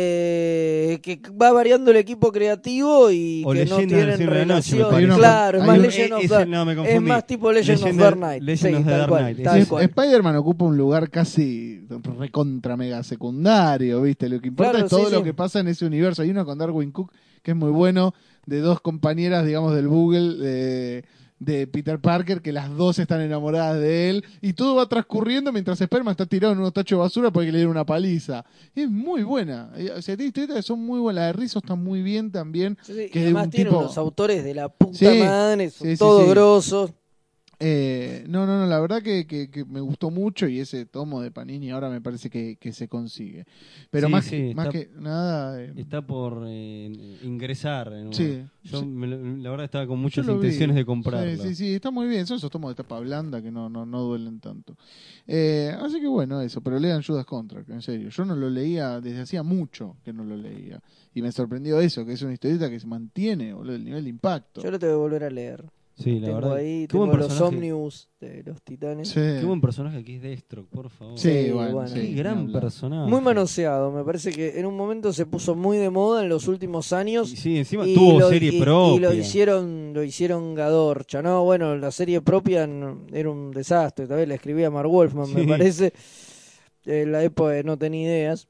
eh, que va variando el equipo creativo y O que Leyendas no del tienen Siglo de la Noche, me relación. parece. claro, es Hay más un- e, Legend Eh, of ese- Dark- no, me Es confundí. más tipo Legend, Legend of Dark of- Knight. Legend sí, of the tal Dark cual, Knight, tal ese- Sí, cual. Spider-Man ocupa un lugar casi recontra mega secundario, ¿viste? Lo que importa Claro, es todo sí, lo sí. que pasa en ese universo. Hay uno con Darwin Cook que es muy bueno, de dos compañeras, digamos, del Google, de, de Peter Parker, que las dos están enamoradas de él, y todo va transcurriendo mientras Spider-Man está tirado en unos tachos de basura porque le dieron una paliza. Es muy buena. Eh, O sea, tiene historietas que son muy buenas. La de Rizzo está muy bien también. Sí, sí, que y de además un tiene tipo- unos autores de la puta Sí, madre, son sí, sí, todos sí. grosos. Eh, no, no, no, la verdad que, que- que me gustó mucho y ese tomo de Panini ahora me parece que, que se consigue. Pero Sí, más, sí, que, está- más que nada... eh, Está por eh, ingresar. en un- Sí, Yo, sí. me lo- la verdad, estaba con yo muchas lo vi. intenciones de comprarlo. Sí, sí, sí, está muy bien. Son esos tomos de tapa blanda que no, no, no duelen tanto. Eh, así que bueno, eso. Pero lean Judas Contract, en serio. Yo no lo leía desde hacía mucho que no lo leía. Y me sorprendió eso, que es una historieta que se mantiene, boludo, el nivel de impacto. Yo lo tengo que volver a leer. Sí, la tengo verdad. ahí, qué, buen tengo los personaje, Omnibus de los Titanes. Sí. qué buen personaje que es Deathstroke, por favor. Sí, Sí, bueno, bueno. sí, Qué ni gran hablar. personaje. Muy manoseado, me parece que en un momento se puso muy de moda en los últimos años. Y Sí, encima y tuvo lo- serie y- propia. Y lo hicieron, lo hicieron Gadorcha, ¿no? Bueno, la serie propia no- era un desastre, tal vez la escribía Mark Wolfman, me Sí. parece. En la época de no tenía ideas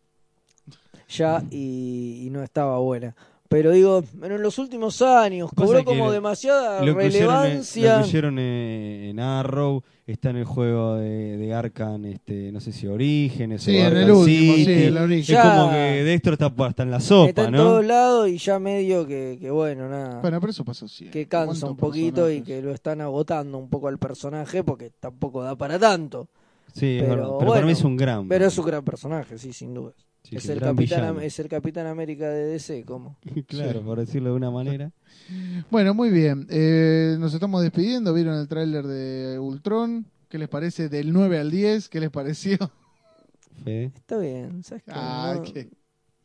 ya y, y no estaba buena. Pero digo, bueno, en los últimos años Pasa cobró que como lo- demasiada Lo incluyeron, en, lo relevancia. incluyeron, eh, en Arrow, está en el juego de, de Arkham, este, no sé si Orígenes Sí, o en el Arkham último, sí, City. el origen. Es Ya. como que Destro está hasta en la sopa, Está en ¿no? todos lados y ya medio que, que bueno, nada. Bueno, pero eso pasó siempre. que cansa un ¿Cuántos poquito y que personajes? lo están agotando un poco al personaje porque tampoco da para tanto. Sí, es Pero verdad. Pero para bueno, mí es un gran. Pero es un gran personaje, sí, sin duda. sí, es, un el gran Capitán, villano. Am- es el Capitán América de DC, como. Claro, por decirlo de una manera. Bueno, muy bien. Eh, nos estamos despidiendo. ¿Vieron el tráiler de Ultron? ¿Qué les parece? Del 9 al 10, ¿qué les pareció? Fede. Está bien, ¿sabes qué? Ah, no, qué-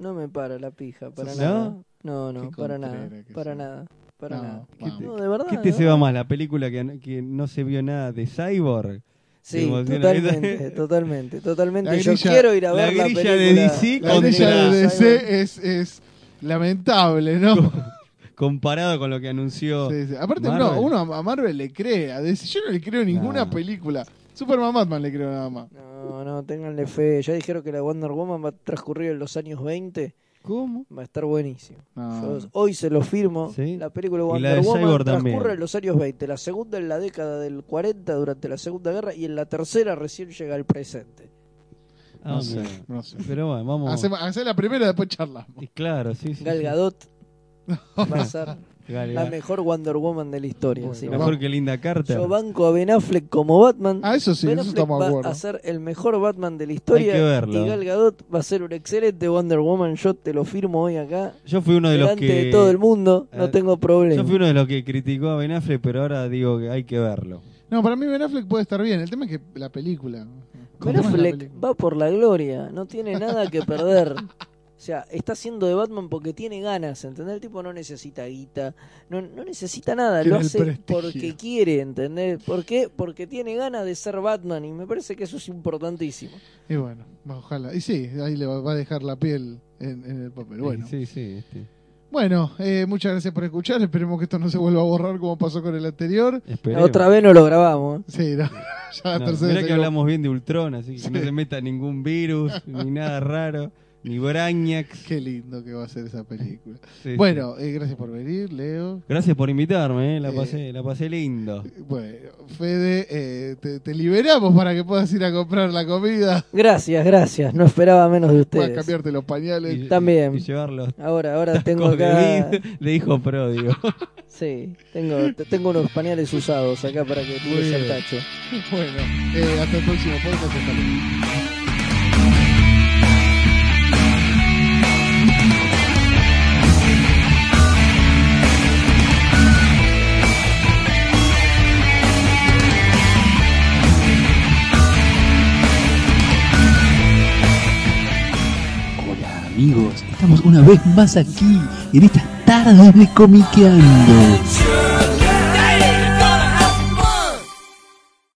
no me para la pija, para ¿Sos- nada. No, no, Qué para contrera nada, que para sos. nada, para No, nada. vamos. No, de verdad. ¿Qué de te se va verdad. más? ¿La película que, que no se vio nada de Cyborg? Te Sí, emociona, totalmente, ¿viste? totalmente, La totalmente. Yo grilla- quiero ir a la ver la, grilla de película. DC La Contra- grilla de Cyborg. DC es, es lamentable, ¿no? Comparado con lo que anunció. Sí, sí. Aparte, Marvel. no, uno a a Marvel le cree. A DC yo no le creo ninguna Nah. película. Superman Batman le creo nada más. No, no, ténganle fe. Ya dijeron que la Wonder Woman va a transcurrir en los años 20. ¿Cómo? Va a estar buenísimo. No. Yo hoy se lo firmo. Ah. Sí. La película Y la Wonder de Woman Cyborg transcurre también. en los años 20, la segunda en la década del 40 durante la Segunda Guerra y en la tercera recién llega al presente. Ah, No sé, mira. no sé. Pero bueno, vamos. Hacemos- Hacé la primera, después charlamos. Y Claro, sí, sí. Gal sí. Gadot va a ser Gal la Gadot. mejor Wonder Woman de la historia. sí. Mejor que Linda Carter. Yo banco a Ben Affleck como Batman. Ah, eso sí, ben eso Affleck estamos de va acuerdo. a ser el mejor Batman de la historia Hay que verlo. y Gal Gadot va a ser un excelente Wonder Woman. Yo te lo firmo hoy acá Yo fui uno de los delante que. de todo el mundo. No Eh, tengo problema. Yo fui uno de los que criticó a Ben Affleck, pero ahora digo que hay que verlo. No, para mí Ben Affleck puede estar bien. El tema es que la película. El Ben tema es la Affleck película. va por la gloria, no tiene nada que perder. O sea, está haciendo de Batman porque tiene ganas, ¿entendés? El tipo no necesita guita, no, no necesita nada, Quiere lo el hace prestigio. porque quiere, ¿entendés? ¿Por qué? Porque tiene ganas de ser Batman y me parece que eso es importantísimo. Y bueno, ojalá. Y sí, ahí le va va a dejar la piel en, en el papel. Bueno, Sí, sí, este, bueno eh, muchas gracias por escuchar. Esperemos que esto no se vuelva a borrar como pasó con el anterior. esperemos. Otra vez no lo grabamos. ¿eh? Sí, no, ya la No, tercera. mirá Ah, que sería- hablamos bien de Ultron, así que no se meta ningún virus, ni nada raro, ni Brañax. Qué lindo que va a ser esa película. Bueno, eh, gracias por venir, Leo. Gracias por invitarme, eh, la, Eh, pasé, la pasé lindo. Bueno, Fede, eh, te, te liberamos para que puedas ir a comprar la comida. Gracias, gracias, no esperaba menos de Puedas ustedes. cambiarte los pañales. Y- también. Y llevarlos. Ahora, ahora tengo de acá, vid, le dijo pródigo. sí, tengo, tengo unos pañales usados acá para que tires el bien. tacho. Bueno, eh, hasta el próximo podcast. Hasta luego. Hola amigos, estamos una vez más aquí en estas tardes de comiqueando.